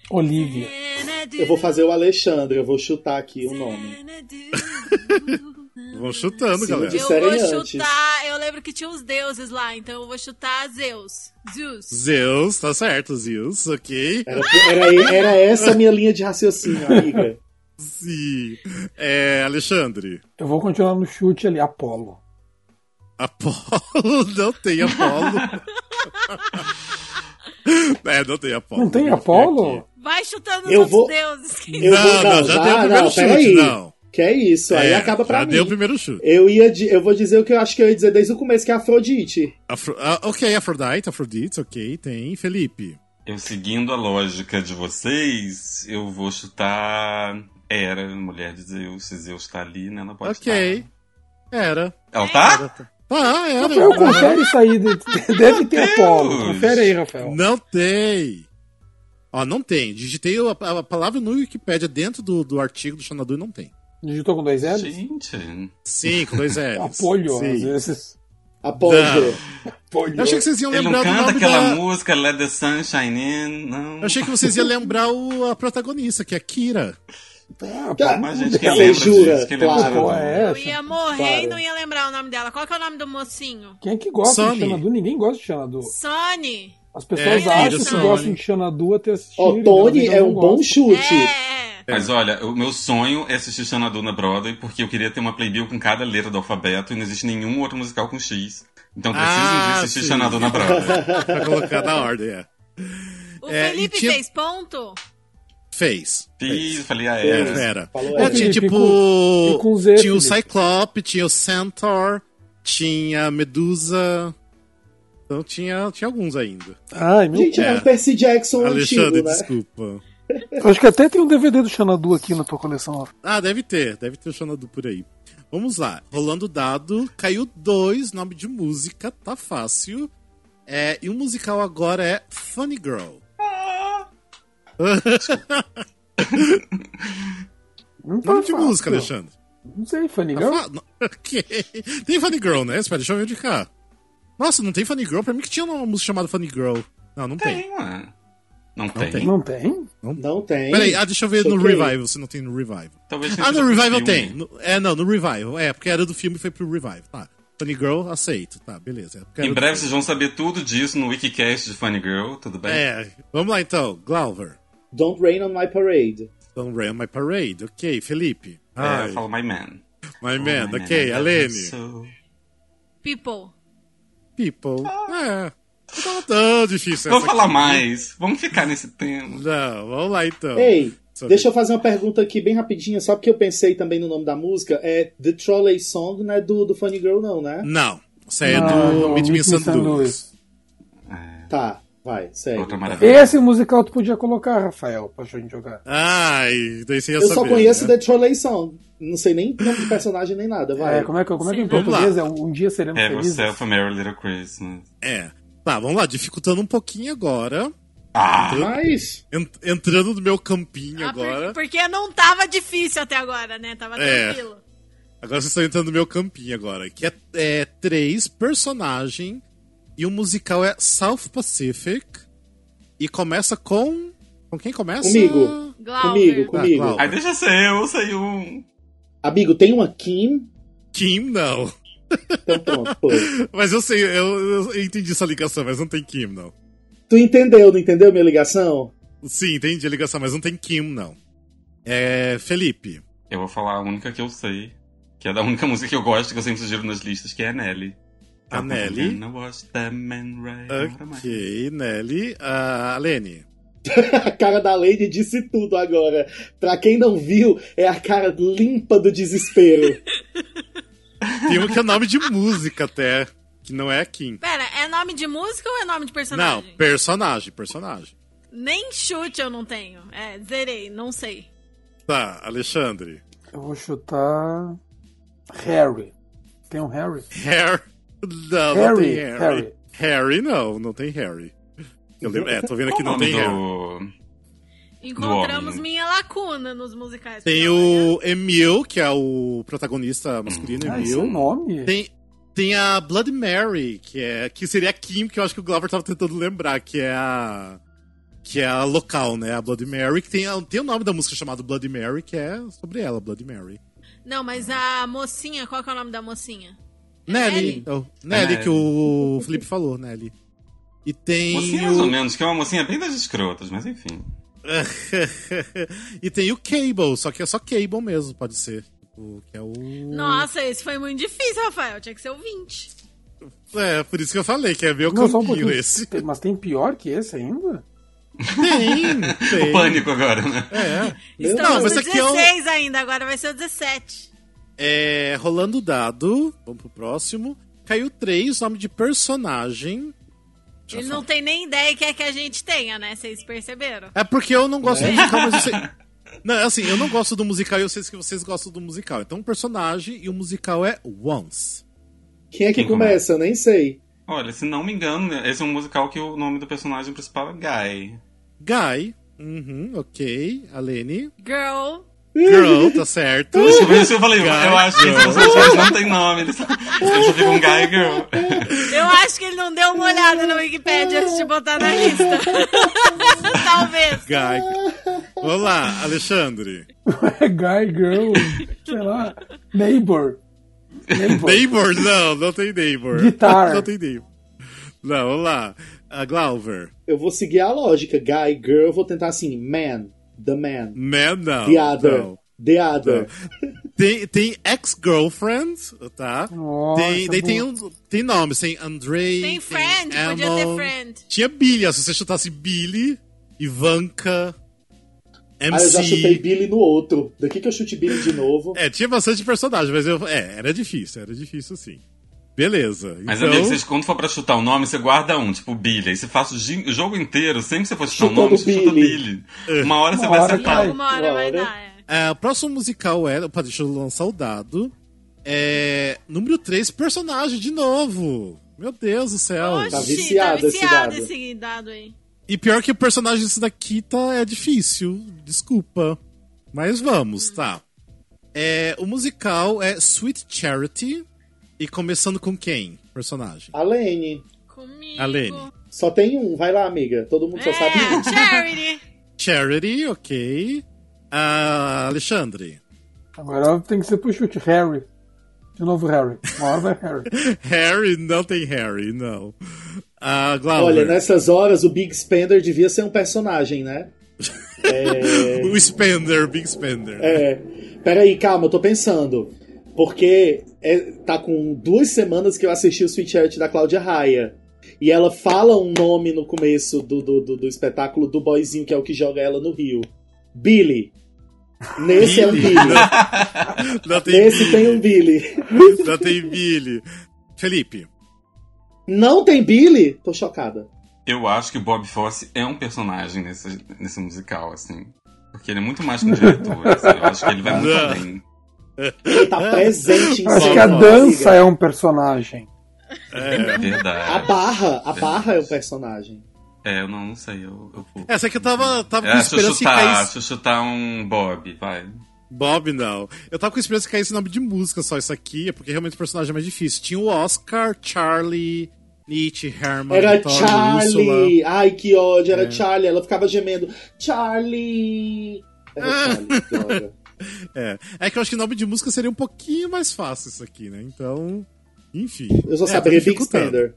Olivia.
Xanadu.
Eu vou fazer o Alexandre, eu vou chutar aqui o nome.
Vão chutando,
Sim,
galera.
Eu
Disserem
vou
antes.
chutar. Eu lembro que tinha os deuses lá, então eu vou chutar Zeus. Zeus.
Zeus, tá certo, Zeus, ok.
Era, era, era essa a minha linha de raciocínio, amiga.
Sim. É, Alexandre.
Eu vou continuar no chute ali. Apolo.
Apolo, não tem Apolo. é, não tem Apolo.
Não tem
Vamos ver
Apolo?
aqui.
Vai chutando os
Eu
outros
vou-
deuses. que-
Eu
não,
vou-
não, já,
não, já-
deu o primeiro
não,
chute,
peraí.
não.
Que é isso, aí
É,
acaba pra
já
mim.
deu o primeiro chute.
Eu, ia, di- eu vou dizer o que eu acho que eu ia dizer desde o começo, que é Afrodite.
Afro- ah, ok, Afrodite, Afrodite, ok, tem. Felipe.
Eu seguindo a lógica de vocês, eu vou chutar Era, mulher de Zeus. Se Zeus tá ali, né? Ela pode
ok. É. Era.
estar. Ela tá?
Ah, era.
Rafael, confere isso aí. de- Deve ter Apolo.
Deus.
Confere aí, Rafael.
Não tem. Ó, não tem. Digitei a, a palavra no Wikipedia dentro do, do artigo do Xanadu e não tem.
Digitou com dois L's?
Gente.
Sim, com dois L's.
Apolho, às
Sim.
vezes.
Apolo.
Não.
Apolho.
Eu achei que vocês iam
Ele
lembrar
não
do
canta
nome
aquela
da...
música Let the Sunshine In, não.
Eu achei que vocês iam lembrar o, a protagonista, que é a Kira.
Tá,
Tá.
pô,
Mas, gente, quem
Você
lembra
jura,
disso? Quem lembra
claro.
né?
disso?
Qual é
Eu
essa?
ia morrer e
Claro.
não ia lembrar o nome dela. Qual que é o nome do mocinho?
Quem é que gosta
Sony.
de Xanadu? Ninguém gosta de Xanadu.
Sony.
As pessoas
É,
acham
Sony.
que gostam de Xanadu até assistir.
Ó, Tony é um bom chute.
É.
Mas olha, o meu sonho é assistir Xanadu na Broadway, porque eu queria ter uma playbill com cada letra do alfabeto e não existe nenhum outro musical com X. Então preciso
Ah,
de assistir
sim.
Xanadu na Broadway.
Pra colocar na ordem, é.
O
É, e
Felipe
tinha-
fez ponto?
Fez.
Fiz, falei, ah,
Era.
era.
Era.
Falou
É,
ela.
tinha
Felipe,
tipo.
com- com Z,
tinha o
Felipe.
Cyclope, tinha o Centaur, tinha a Medusa. Então tinha, tinha alguns ainda.
Ai, meu
Gente, é
É.
um Percy Jackson
Alexandre,
antigo, né?
desculpa.
Deus. Acho que até tem um DVD do Xanadu aqui na tua coleção. ó.
Ah, deve ter, deve ter o Xanadu por aí. Vamos lá, rolando o dado, caiu dois, nome de música, tá fácil. É, e o musical agora é Funny Girl.
Não tá
Nome de
fácil.
música, Alexandre.
Não sei, Fanny.
Tá
Girl?
fa- não- ok. Tem Funny Girl, né? Espera, deixa eu ver de cá. Nossa, não tem Funny Girl? Pra mim que tinha uma música chamada Funny Girl. Não, não tem.
Tem, ué. Não tem.
tem.
Não tem?
Não tem.
Peraí, ah, deixa eu ver no
Choquei.
Revival, se não tem no Revival.
Talvez tenha
Ah,
sido
no Revival
filme.
tem. No- é, não, no Revival. É, porque era do filme e foi pro Revival. Tá. Funny Girl, aceito. Tá, beleza. É, porque era
Em
do
breve
filme.
vocês vão saber tudo disso no Wikicast de Funny Girl, tudo bem?
É, vamos lá então. Glauber.
Don't Rain on My Parade.
Don't Rain My Parade. Ok, Felipe.
É,
Ai,
eu falo My Man.
My Man.
Oh,
ok,
man,
Alene.
so-
People.
People. É. Não tava tão difícil
Vou
essa
Ah. falar
aqui.
mais. Vamos ficar nesse tema.
Não, vamos lá então.
Ei,
Só
deixa eu fazer uma pergunta aqui bem rapidinha, só porque eu pensei também no nome da música. É The Trolley Song, não é do, do Funny Girl, não, né?
Não, isso aí é
Não,
do
Ah, não,
Meet Me in
Meet Me in
St.
St.
Louis.
Tá, vai, segue.
Outra
É.
maravilha.
Esse musical tu podia colocar, Rafael, pra gente jogar.
Ai, daí você ia
Eu
saber.
só conheço
né?
The Trolley Song. Não sei nem nome de personagem nem nada, vai.
É, como é que, como é que em
Vamos lá.
português é um, um dia seremos
Have
felizes?
yourself a Merry Little Christmas.
É. Tá, vamos lá, dificultando um pouquinho agora.
Ah!
Mas.
Ent- entrando no meu campinho
Ah, por-
agora.
porque não tava difícil até agora, né? Tava
É.
tranquilo.
Agora vocês estão entrando no meu campinho agora. Que é, é três personagem e o musical é South Pacific. E começa com Com quem começa?
Comigo.
Glauber.
Comigo, comigo.
Glauber.
Aí deixa ser eu, sei um.
Amigo, tem uma Kim?
Kim, não.
Então pronto, foi.
Mas eu sei, eu, eu entendi essa ligação, mas não tem Kim, não.
Tu entendeu, não entendeu minha ligação?
Sim, entendi a ligação, mas não tem Kim, não. É. Felipe.
Eu vou falar a única que eu sei, que é da única música que eu gosto, que eu sempre sugiro nas listas, que é a Nelly.
A Nelly.
Gonna watch that man right out of my-
Ok, Nelly. Ah, A Lene.
A cara da Lady disse tudo agora. Pra quem não viu, é a cara limpa do desespero.
Tem um que é nome de música até, que não é Kim.
Pera, é nome de música ou é nome de personagem?
Não, personagem, personagem.
Nem chute eu não tenho. É, zerei, não sei.
Tá, Alexandre.
Eu vou chutar. Harry. Tem um Harry?
Harry. Não, não
Harry,
tem Harry. Harry.
Harry.
não, não tem Harry. Eu lembro, é, tô vendo
Qual
aqui,
o
não
nome
tem Harry.
do...
Encontramos
homem.
minha lacuna nos musicais.
Tem
Olha.
o Emil, que é o
Hum,
protagonista masculino,
Ah, esse é o
Emil.
nome?
Tem, tem a Bloody Mary, que, é, que seria a Kim, que eu acho que o Glover tava tentando lembrar, que é a. Que é a local, né? A Bloody Mary, que tem, a- tem o nome da música chamada Bloody Mary, que é sobre ela, Bloody Mary.
Não, mas a mocinha, qual que é o nome da mocinha?
Nelly.
Nelly.
Oh, Nelly,
É
que o Felipe falou, Nelly. E tem.
Mocinha mais ou menos, que é uma mocinha bem das escrotas, mas enfim.
e tem o Cable, só que é só Cable mesmo, pode ser. O, que é o.
Nossa, esse foi muito difícil, Rafael. Tinha que ser o 20.
É, por isso que eu falei, que é meu
Não, só um
campinho
pouquinho.
esse.
Tem- mas tem pior que esse ainda?
Tem,
O
tem.
pânico agora, né?
É.
Meu
Estamos
Não, mas
no
aqui é o-
16 ainda, agora vai ser o 17.
É, rolando o dado, vamos pro próximo. Caiu três, nome de personagem. Deixa eu
Ele
falar.
não tem nem ideia que é que a gente tenha, né? Vocês perceberam?
É porque eu não gosto do musical, mas eu sei. Não, é assim, eu não gosto do musical e eu sei que vocês gostam do musical. Então, um personagem e o musical é Once.
Quem é que
Quem
começa? Eu nem sei.
Olha, se não me engano, esse é um musical que o nome do personagem principal é Guy.
Guy. Uhum, ok. Alene.
Girl.
Girl, tá certo.
Por isso eu falei, eu
Guy,
acho que esses
girl.
personagens não tem nome, eles só, eles só ficam Guy e Girl.
Eu acho que ele não deu uma olhada no Wikipedia antes de botar na lista. Talvez.
Guy. Vamos lá, Alexandre.
É Guy, Girl, sei lá. Neighbor. Neighbor.
Neighbor? Não, não tem neighbor.
Guitar.
Não tem neighbor. Não, vamos lá. A Glauber.
Eu vou seguir a lógica. Guy, girl, eu vou tentar assim. Man, the man,
Man, Né? não.
the other,
Não.
the other.
Tem, tem ex-girlfriend, tá?
Nossa,
tem, daí
boa.
tem, um, tem nomes, tem Andrei.
Tem friend, podia
Amon.
ter friend.
Tinha Billy, ó, se você chutasse Billy, Ivanka, MC.
Ah, eu já chutei Billy no outro. Daqui que eu chute Billy de novo.
É, tinha bastante personagem, mas eu. É, era difícil, era difícil sim. Beleza.
Mas,
então,
amigo, vocês, quando for pra chutar o nome, você guarda um, tipo Billy. Aí você faz o gi- o jogo inteiro, sempre que você for chutar o
Chutando
nome, você chuta
Billy.
Billy. Uma hora você
Uma
vai
hora
E
acertar.
cai.
alguma hora
Uma
vai
hora.
dar, é.
é, o próximo musical é. Opa, deixa eu lançar o dado. É. Número 3, personagem de novo. Meu Deus do céu.
Oxi, tá
viciado
viciado,
esse dado.
esse dado aí.
E pior que o personagem disso daqui tá, é difícil. Desculpa. Mas vamos, tá. É, o musical é Sweet Charity. E começando com quem? Personagem.
A Lane.
Comigo.
Alene.
Só tem um. Vai lá, amiga. Todo mundo só sabe um.
É, Charity.
Charity, ok. Ah, Alexandre.
Agora tem que ser pro chute. Harry. De novo, Harry. Uma hora vai Harry.
Harry, não tem Harry, não. Ah, Glauber.
Olha, né? nessas horas o Big Spender devia ser um personagem, né? É...
O Spender, Big Spender.
É. Peraí, calma, eu tô pensando. Porque é- tá com duas semanas que eu assisti o Sweet Charity da Cláudia Raia. E ela fala um nome no começo do, do, do, do espetáculo do boyzinho que é o que joga ela no Rio. Billy. Nesse é um
Billy.
Billy.
Não tem
Nesse tem um
Billy.
Billy.
Não tem Billy. Felipe.
Não tem Billy? Tô chocada.
Eu acho que o Bob Fosse é um personagem nesse, nesse musical, assim. Porque ele é muito mais que um diretor. assim. Eu acho que ele vai muito
Não.
além.
Ele tá presente em
Acho
cena,
que a
amiga.
dança é um personagem.
É
A
verdade.
barra, a barra é o personagem.
É, eu não, não sei, eu, eu vou.
Essa aqui eu É, tava, tava com
É, deixa eu
esperança que
chutar,
caísse.
deixa eu chutar um Bob, vai.
Bob, não. Eu tava com esperança que caísse nome de música só isso aqui, é porque realmente o personagem é mais difícil. Tinha o Oscar, Charlie, Nietzsche, Herman,
Era
Antônio, Úrsula.
Charlie! Ai, que ódio,
É.
era Charlie. Ela ficava gemendo. Charlie! Era
Ah.
Charlie, que ódio.
É. é que eu acho que nome de música seria um pouquinho mais fácil isso aqui, né? Então, enfim.
Eu só
É,
saberia
tá
Big
dificultando.
Spender.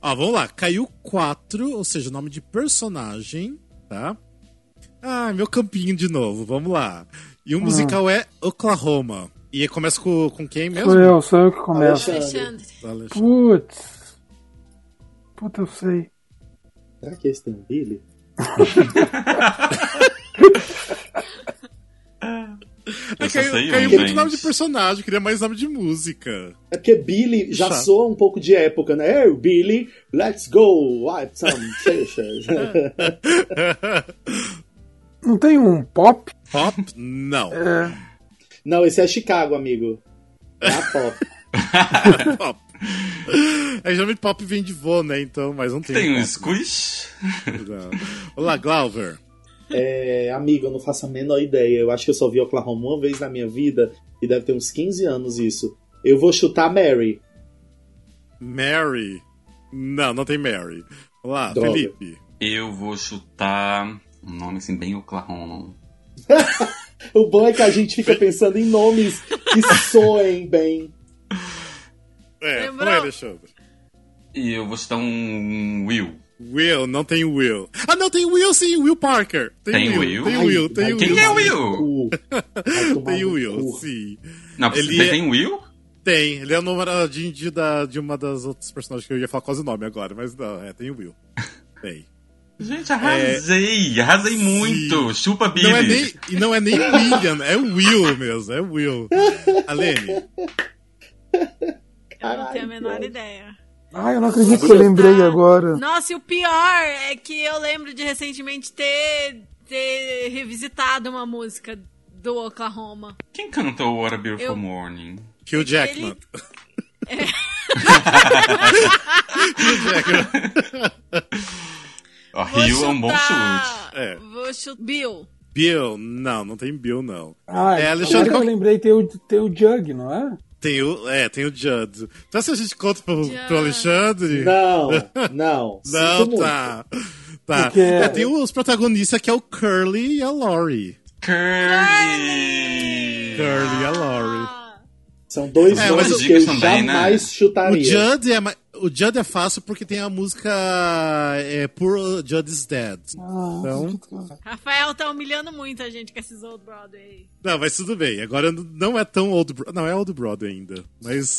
Ó, vamos lá. Caiu 4, ou seja, nome de personagem, tá? Ah, meu campinho de novo, vamos lá. E o
Ah.
musical é Oklahoma. E aí começa com, com quem mesmo?
Sou eu, sou eu que começo.
Alexandre.
Alexandre.
Alexandre.
Putz. Puta, eu sei.
Será que esse tem um Billy?
Eu só
É, caiu
sei um,
caiu
gente.
muito nome de personagem, queria mais nome de música.
É porque Billy já
Chato.
soa um pouco de época, né? Hey, Billy, let's go! Wipe some fishes.
Não tem um pop?
Pop? Não.
É.
Não, esse é Chicago, amigo. É a pop.
Pop. É, geralmente pop vem de vô, né? Então, mas não tem.
Tem um
pop,
squish.
não. Olá, Glauber.
É, amigo, eu não faço a menor ideia. Eu acho que eu só vi Oklahoma uma vez na minha vida e deve ter uns 15 anos isso. Eu vou chutar Mary.
Mary. Não, não tem Mary. Olá,
Droga.
Felipe.
Eu vou chutar um nome assim bem Oklahoma.
O bom é que a gente fica pensando em nomes que soem bem.
É,
Lembrou?
foi, Alexandre.
E eu vou chutar um Will.
Will, não tem Will. Ah, não, tem Will sim, Will Parker. Tem,
Tem
Will,
Will?
tem Will, tem
vai
Will.
Quem
tomar
é o
no
Will?
cu. Vai tomar
Tem
no
Will,
cu.
sim.
Não,
Ele
tem,
é-
tem Will?
Tem, ele é o namoradinho de, da, de uma das outras personagens que eu ia falar quase o nome agora, mas não, é, tem o Will. Tem.
Gente, arrasei! Arrasei muito! Chupa Billy!
É, Não é nem, e não é nem William, é Will mesmo, é Will. Alene,
Eu não tenho a
Caralho,
menor
que
ideia.
Ah, eu não acredito que eu lembrei agora. tá.
Nossa, e o pior é que eu lembro de recentemente ter, ter revisitado uma música do Oklahoma.
Quem cantou What a Beautiful
Eu-
Morning?
Hugh Jackman. Hugh Jackman.
Ó,
Vou
Rio é um bom chute.
chutar-
É.
Vou chutar. Bill.
Bill, não, não tem Bill, não.
Ah,
É,
é,
Alexandre,
agora que
qual-
eu lembrei, tem o, tem o Jug, não é?
Tem o, é, tem o Judd. Então se a gente conta pro,
Judd.
pro Alexandre...
Não, não.
Não,
Sinto
tá. Tá.
Porque-
É, tem os protagonistas que é o Curly e a Lori.
Curly!
Curly e a Lori.
Ah,
muito. São dois
É, mas
nomes
o
que eu
Dickinson também, né?
jamais
O
chutaria.
Judd, é, ma- o Judd é fácil porque tem a música é, Poor Judd is Dead. Então,
Rafael tá humilhando muito a gente com esses Old Broadway.
não, mas tudo bem. Agora não é tão Old Bro- Não, é Old Broadway ainda. Mas.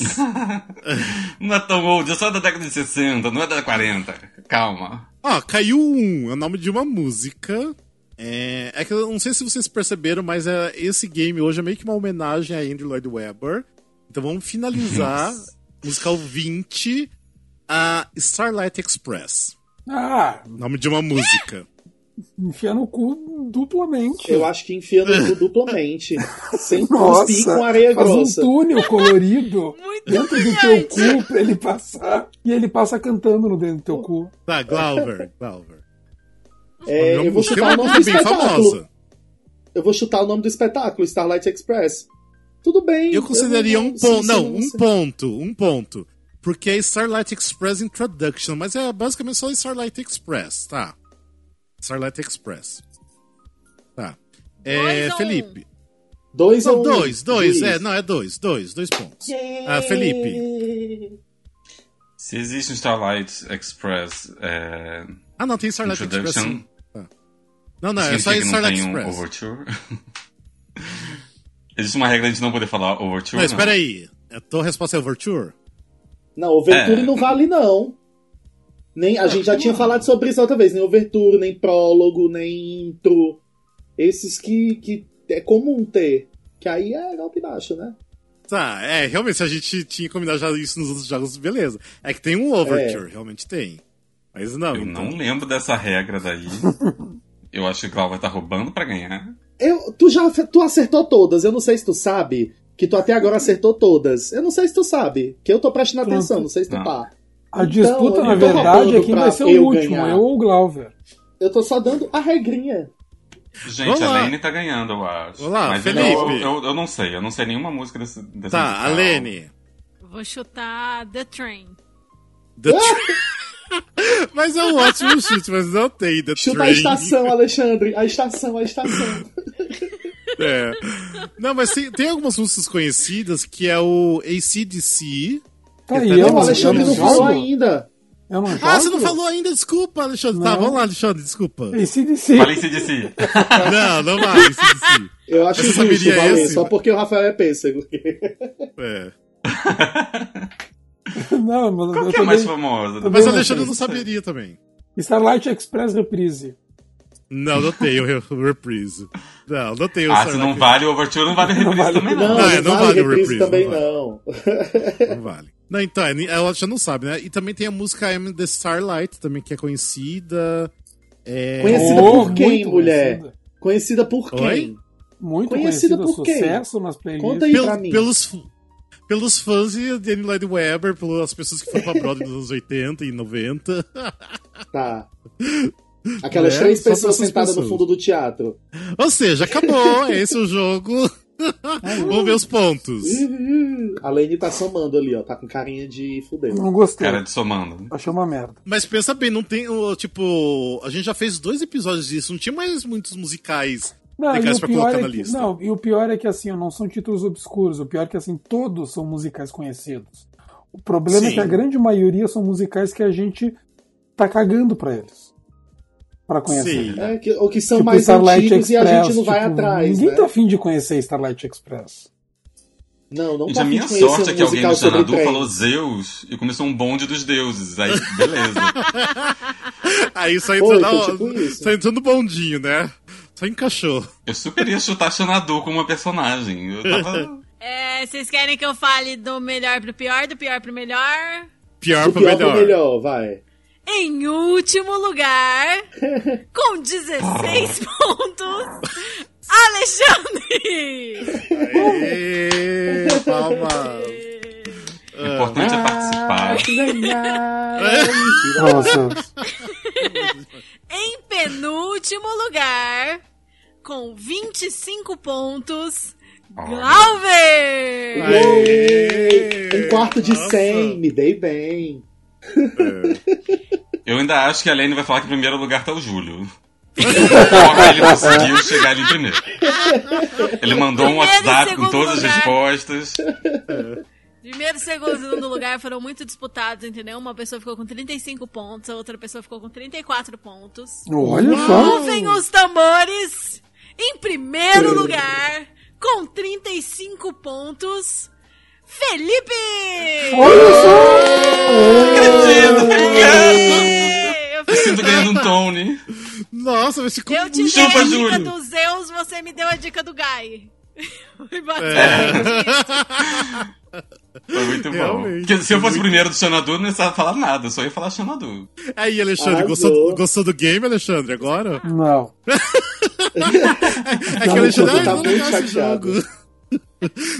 Não é tão old, é só da década de 60, não é da 40. Calma.
Ó, caiu um. É o nome de uma música. É, é que eu não sei se vocês perceberam, mas é, esse game hoje é meio que uma homenagem a Andrew Lloyd Webber. Então vamos finalizar musical 20 a Starlight Express.
Ah,
Nome de uma música.
enfia no cu duplamente.
Eu acho que enfia no cu duplamente. Sem cuspir
Nossa,
com areia
faz um
grossa.
túnel colorido
Muito
dentro do teu cu pra ele passar. E ele passa cantando no dentro do teu cu.
Tá, Glauber. Glauber.
É, eu vou chutar o nome do
música bem
espetáculo.
famosa.
Eu vou chutar o nome do espetáculo, Starlight Express. Tudo bem.
Eu consideraria
não-
um
se
ponto.
você
Não, um
se-
ponto. Um ponto. Porque é Starlight Express Introduction, mas é basicamente só Starlight Express, tá? Starlight Express. Tá. É,
Dois ou um?
Felipe.
Dois
Não,
ou um,
dois, dois,
juiz.
é, não, é dois, dois, dois pontos. Ah, Felipe.
Se existe um Starlight Express é,
Ah, não, tem Starlight Express.
Introduction,
sim. Não, não, é só
significa que não
Starlight
tem um
Express.
Overture. existe uma regra de não poder falar Overture, né?
não,
não?
espera aí. A tua resposta é Overture?
Não, Overture
É.
não vale, não. Nem, a gente já tinha falado sobre isso outra vez. Nem Overture, nem Prólogo, nem Intro. Esses que, que é comum ter. Que aí é golpe baixo, né?
Tá, é, realmente, se a gente tinha combinado já isso nos outros jogos, beleza. É que tem um Overture, realmente tem. Mas não,
Eu
então.
não lembro dessa regra daí. Eu acho que o Glauber tá roubando pra ganhar.
Eu, tu já tu acertou todas. Eu não sei se tu sabe que tu até agora acertou todas. Eu não sei se tu sabe. Que eu tô prestando
Pronto.
atenção, não sei se tu
Não.
tá.
A
Então,
disputa,
eu
na
tô
verdade, é
roubando
quem
pra
vai ser
eu
o último,
ganhar.
eu ou o Glauver.
Eu tô só dando a regrinha.
Gente,
Vamos
a
lá.
Lene tá ganhando, eu acho.
Olá,
Mas
Felipe.
Eu, eu, eu não sei, eu não sei nenhuma música desse, desse
Tá,
musical.
Alene.
Vou chutar The Train.
The Train. mas é um ótimo chute, mas não tem The
Chuta a
Train.
estação, Alexandre. A estação, a estação.
É. Não, mas tem, tem algumas músicas conhecidas que é o ACDC.
Tá aí,
Não,
eu
o
não,
Alexandre
eu
não
não
falou
jogo.
ainda.
Eu não jogo.
Ah, você não falou ainda? Desculpa, Alexandre. Tá,
Não.
vamos lá, Alexandre, desculpa.
ACDC.
Falei se disse. é
Não, não vai, ACDC.
Eu acho
Você
justo,
saberia
valer,
esse?
só porque o Rafael é pêssego.
É.
Não, mas
Qual
eu
que é a mais
também-
famosa?
Também
Mas o
não
Alexandre
sei.
não saberia também.
Starlight Express Reprise.
Não, não tenho re- reprise. Não, não tenho.
Ah,
Sarah
se não
Kay.
vale o Overture, não vale a reprise
vale.
também,
Não,
não.
Não, é,
não, vale
reprise,
reprise
não
também
vale.
não.
Não vale. Não, então, é, ela já não sabe, né? E também tem a música I'm the Starlight, também, que é conhecida. É...
Conhecida
Oh,
por quem,
muito
mulher?
conhecida.
Conhecida por quem?
Oi?
Muito
Conhecida
conhecida,
por quem?
sucesso nas playlists.
Conta aí
Pel-
pra mim.
pelos, f- pelos fãs de Danny Lloyd Webber, pelas pessoas que foram pra Broadway nos anos 80 e 90.
Tá. Né? Aquelas
É,
três
só
pessoas
essas
sentadas
pessoas.
no fundo do teatro.
Ou seja, acabou, é esse o jogo. Vamos ver os pontos.
Uhum. A Lene tá somando ali, ó. Tá com carinha de fudeu.
Não gostei.
Cara, de somando.
Achei uma merda.
Mas pensa bem, não tem. o, Tipo, a gente já fez dois episódios disso, não tinha mais muitos musicais.
Não,
Tem
e
caras
o
pra
pior
colocar na
é que,
lista.
não, e o pior é que assim, não são títulos obscuros. O pior é que assim, todos são musicais conhecidos. O problema é
Sim.
que a grande maioria são musicais que a gente tá cagando pra eles. Pra conhecer.
Sim.
É, que, ou que são
Tipo,
mais
Starlight
antigos e a
Express,
gente não vai
tipo,
atrás,
Ninguém
né?
tá afim de conhecer Starlight Express.
Não, não
Gente,
tá
a
afim de
minha
conhecer
sorte
um
é que alguém
musical
no
sobre
Xanadu
trem.
falou Zeus e começou um bonde dos deuses. Aí, beleza.
Aí só entrou,
Foi,
na,
foi tipo isso.
só entrou no bondinho, né? Só encaixou.
Eu super ia chutar Xanadu como uma personagem. Eu tava...
É, vocês querem que eu fale do melhor pro pior, do pior pro melhor?
Pior,
Do
pro,
pior
melhor.
pro é melhor, vai.
Em último lugar, com 16 pontos, Alexandre!
Aê, palmas.
O importante é participar.
Nossa,
Em penúltimo lugar, com 25 pontos, Glauber!
Aê!
Um quarto de
Nossa.
100, me dei bem.
Eu ainda acho que a Lene vai falar que em primeiro lugar tá o Júlio. Porra, ele conseguiu chegar ali em primeiro. Ele mandou um
Primeiro e
WhatsApp com
segundo
todas as
lugar.
respostas.
Primeiro, segundo e segundo lugar foram muito disputados, entendeu? Uma pessoa ficou com 35 pontos, a outra pessoa ficou com 34 pontos.
olha só.
Ouvem os tambores! Em primeiro lugar, com 35 pontos, Felipe!
Acredito, obrigado.
Ê, Eu
Eu
fiz-
sinto ganhando um Tony.
Nossa, mas ficou
Eu te dei
Chupa,
a dica
Júlio.
do Zeus, você me deu a dica do Guy. Foi bastante.
É.
Foi muito bom.
Realmente.
Porque se eu fosse o primeiro do Xanadu, eu não precisava falar nada, eu só ia falar Xanadu.
Aí, Alexandre,
Arrasou.
gostou, gostou do game, Alexandre, agora?
Não.
É que o
Não,
Alexandre, ah,
tá
não é
muito
legal esse jogo.
chateado.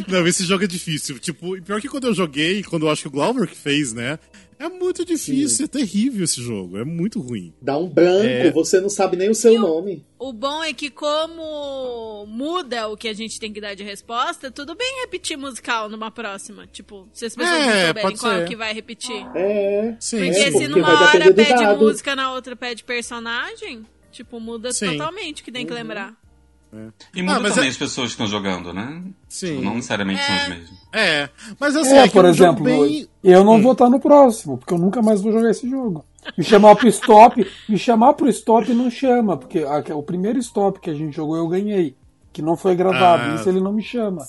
Não, esse jogo é difícil. Tipo, e pior que quando eu joguei, quando eu acho que o Glauber que fez, né? É muito difícil, é terrível esse jogo, é muito ruim.
Dá um branco,
É.
você não sabe nem o seu nome.
O bom é que, como muda o que a gente tem que dar de resposta, tudo bem repetir musical numa próxima. Tipo, se as pessoas
É,
não
pode
souberem qual é
ser.
o que vai repetir.
É.
Sim, Tipo,
porque
é,
sim.
se
porque
numa
vai
hora
depender do
pede
dado.
música, na outra pede personagem, tipo, muda
Sim.
totalmente o que tem que lembrar.
E muda
Ah, mas
também
é-
as pessoas que estão jogando, né?
Sim.
Tipo, Não necessariamente são os
É.
mesmos.
É, mas assim,
É,
que
por
é um jogo
exemplo,
bem... Hum.
eu não vou estar no próximo, porque eu nunca mais vou jogar esse jogo. Me chamar pro stop, me chamar pro stop não chama, porque a- o primeiro stop que a gente jogou eu ganhei, que não foi gravado,
Ah.
isso ele não me chama.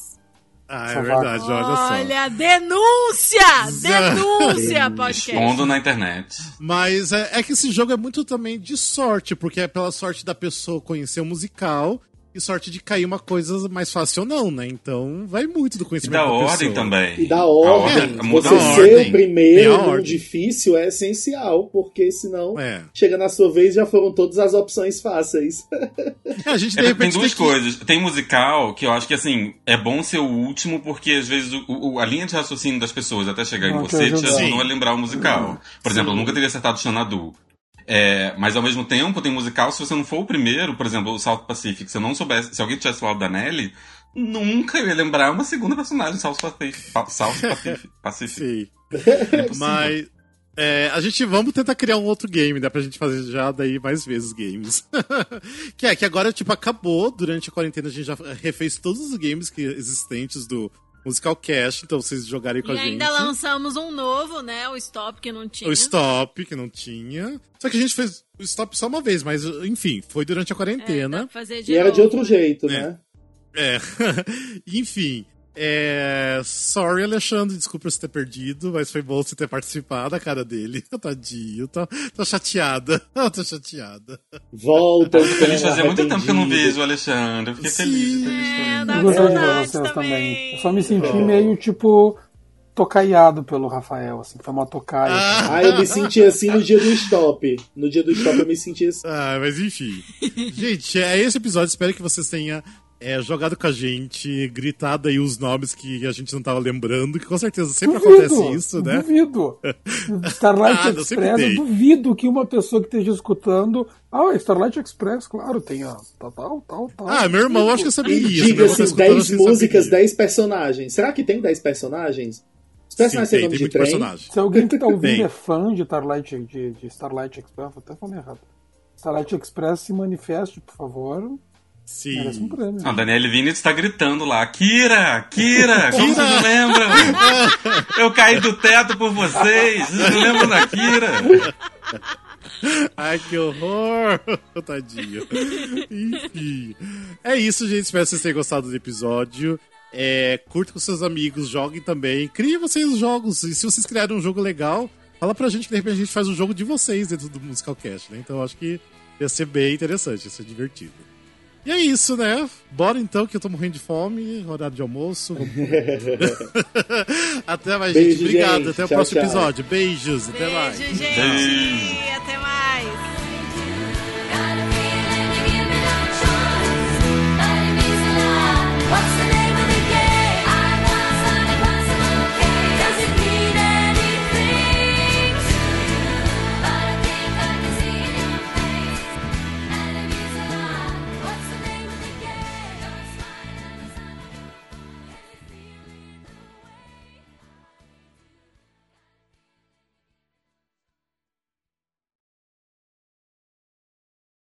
Ah, é
Safado.
verdade, olha só.
Olha, denúncia! Denúncia, podcast.
Pondo na internet.
Mas é, é que esse jogo é muito também de sorte, porque é pela sorte da pessoa conhecer o musical e sorte de cair uma coisa mais fácil ou não, né? Então vai muito do
E
conhecimento
da
da,
ordem
pessoa.
também.
E da
A
ordem,
muda
você
a
a
ser
ordem.
o
Tem a
primeiro no
ordem.
difícil é essencial, porque senão
É.
chega na sua vez já foram todas as opções fáceis.
É, a gente de
É, tem
repente
duas
que-
coisas. Tem musical, que eu acho que assim, é bom ser o último, porque às vezes o- o- a linha de raciocínio das pessoas até chegar em
Não,
você
que
te
ajuda.
ajudam
Sim.
a lembrar o musical. Por exemplo, eu nunca teria acertado Xanadu. É, mas ao mesmo tempo, tem musical, se você não for o primeiro, por exemplo, o South Pacific, se eu não soubesse, se alguém tivesse falado da Nelly, nunca eu ia lembrar uma segunda personagem, South Pacific. Pa- South Pacific. Pacific.
Sim.
É impossível.
Mas, É, a gente vamos tentar criar um outro game, dá pra gente fazer já daí mais vezes games. que é que agora, tipo, acabou durante a quarentena, a gente já refez todos os games que, existentes do Musical Cast, então vocês jogarem com
e
a gente.
ainda lançamos um novo, né? O Stop, que não tinha.
O Stop, que não tinha. Só que a gente fez o Stop só uma vez, mas enfim, foi durante a
É, dá pra
quarentena.
fazer de
E era de
novo.
outro
É.
jeito, né?
É. enfim. É... Sorry, Alexandre, desculpa você ter perdido, mas foi bom você ter participado, a cara dele. Tadinho, tô, tô chateada. tô chateada.
Volta o
Feliz,
tema
fazia muito tempo que eu não
arrependido.
vejo o Alexandre. Eu fiquei feliz de ter visto
É,
ele.
eu
Eu
tava com
gostei de ver
saudade
vocês também.
também.
Eu só me senti
Oh.
meio, tipo, tocaiado pelo Rafael, assim. Foi uma tocaia.
Ah.
Ah, eu me senti assim no dia do stop. No dia do stop eu me senti assim.
Ah, mas enfim. gente, é esse episódio. Espero que vocês tenham é, jogado com a gente, gritado aí os nomes que a gente não tava lembrando, que com certeza sempre acontece isso, né?
Duvido. Starlight
Nada, eu sempre
Express, eu
dei.
duvido que uma pessoa que esteja escutando. Ah, Starlight Express, claro, tem a tal, tal, tal, tal.
Ah, meu irmão, acho que eu sabia isso.
Diga
meu irmão tá
assim,
escutando,
10
acho que ele
músicas,
sabia.
10 personagens. Será que tem 10 personagens? Os personagens
Sim,
têm
tem, tem
nome de
muito
trem?
personagem.
Se alguém que tá ouvindo
Bem.
é fã de Starlight, de, de Starlight Express, vou até falar errado. Starlight Express se manifeste, por favor. Merece um
Sim.
prêmio.
Não, Daniele Vinicius tá gritando lá, Kira, Kira, como vocês não lembram? Eu caí do teto por vocês, vocês não lembram da Kira?
Ai, que horror! Tadinho. Enfim. É isso, gente. Espero que vocês tenham gostado do episódio. É, curta com seus amigos, joguem também. Criem vocês os jogos. E se vocês criarem um jogo legal, fala pra gente que de repente a gente faz um jogo de vocês dentro do Musical Cast, né? Então eu acho que ia ser bem interessante, ia ser divertido. E é isso, né? Bora então, que eu tô morrendo de fome, horário de almoço. até mais,
Beijo,
gente. Obrigado.
gente.
Até o
Tchau,
próximo
tchau.
episódio. Beijos. Até mais.
Beijo, gente.
Beijo.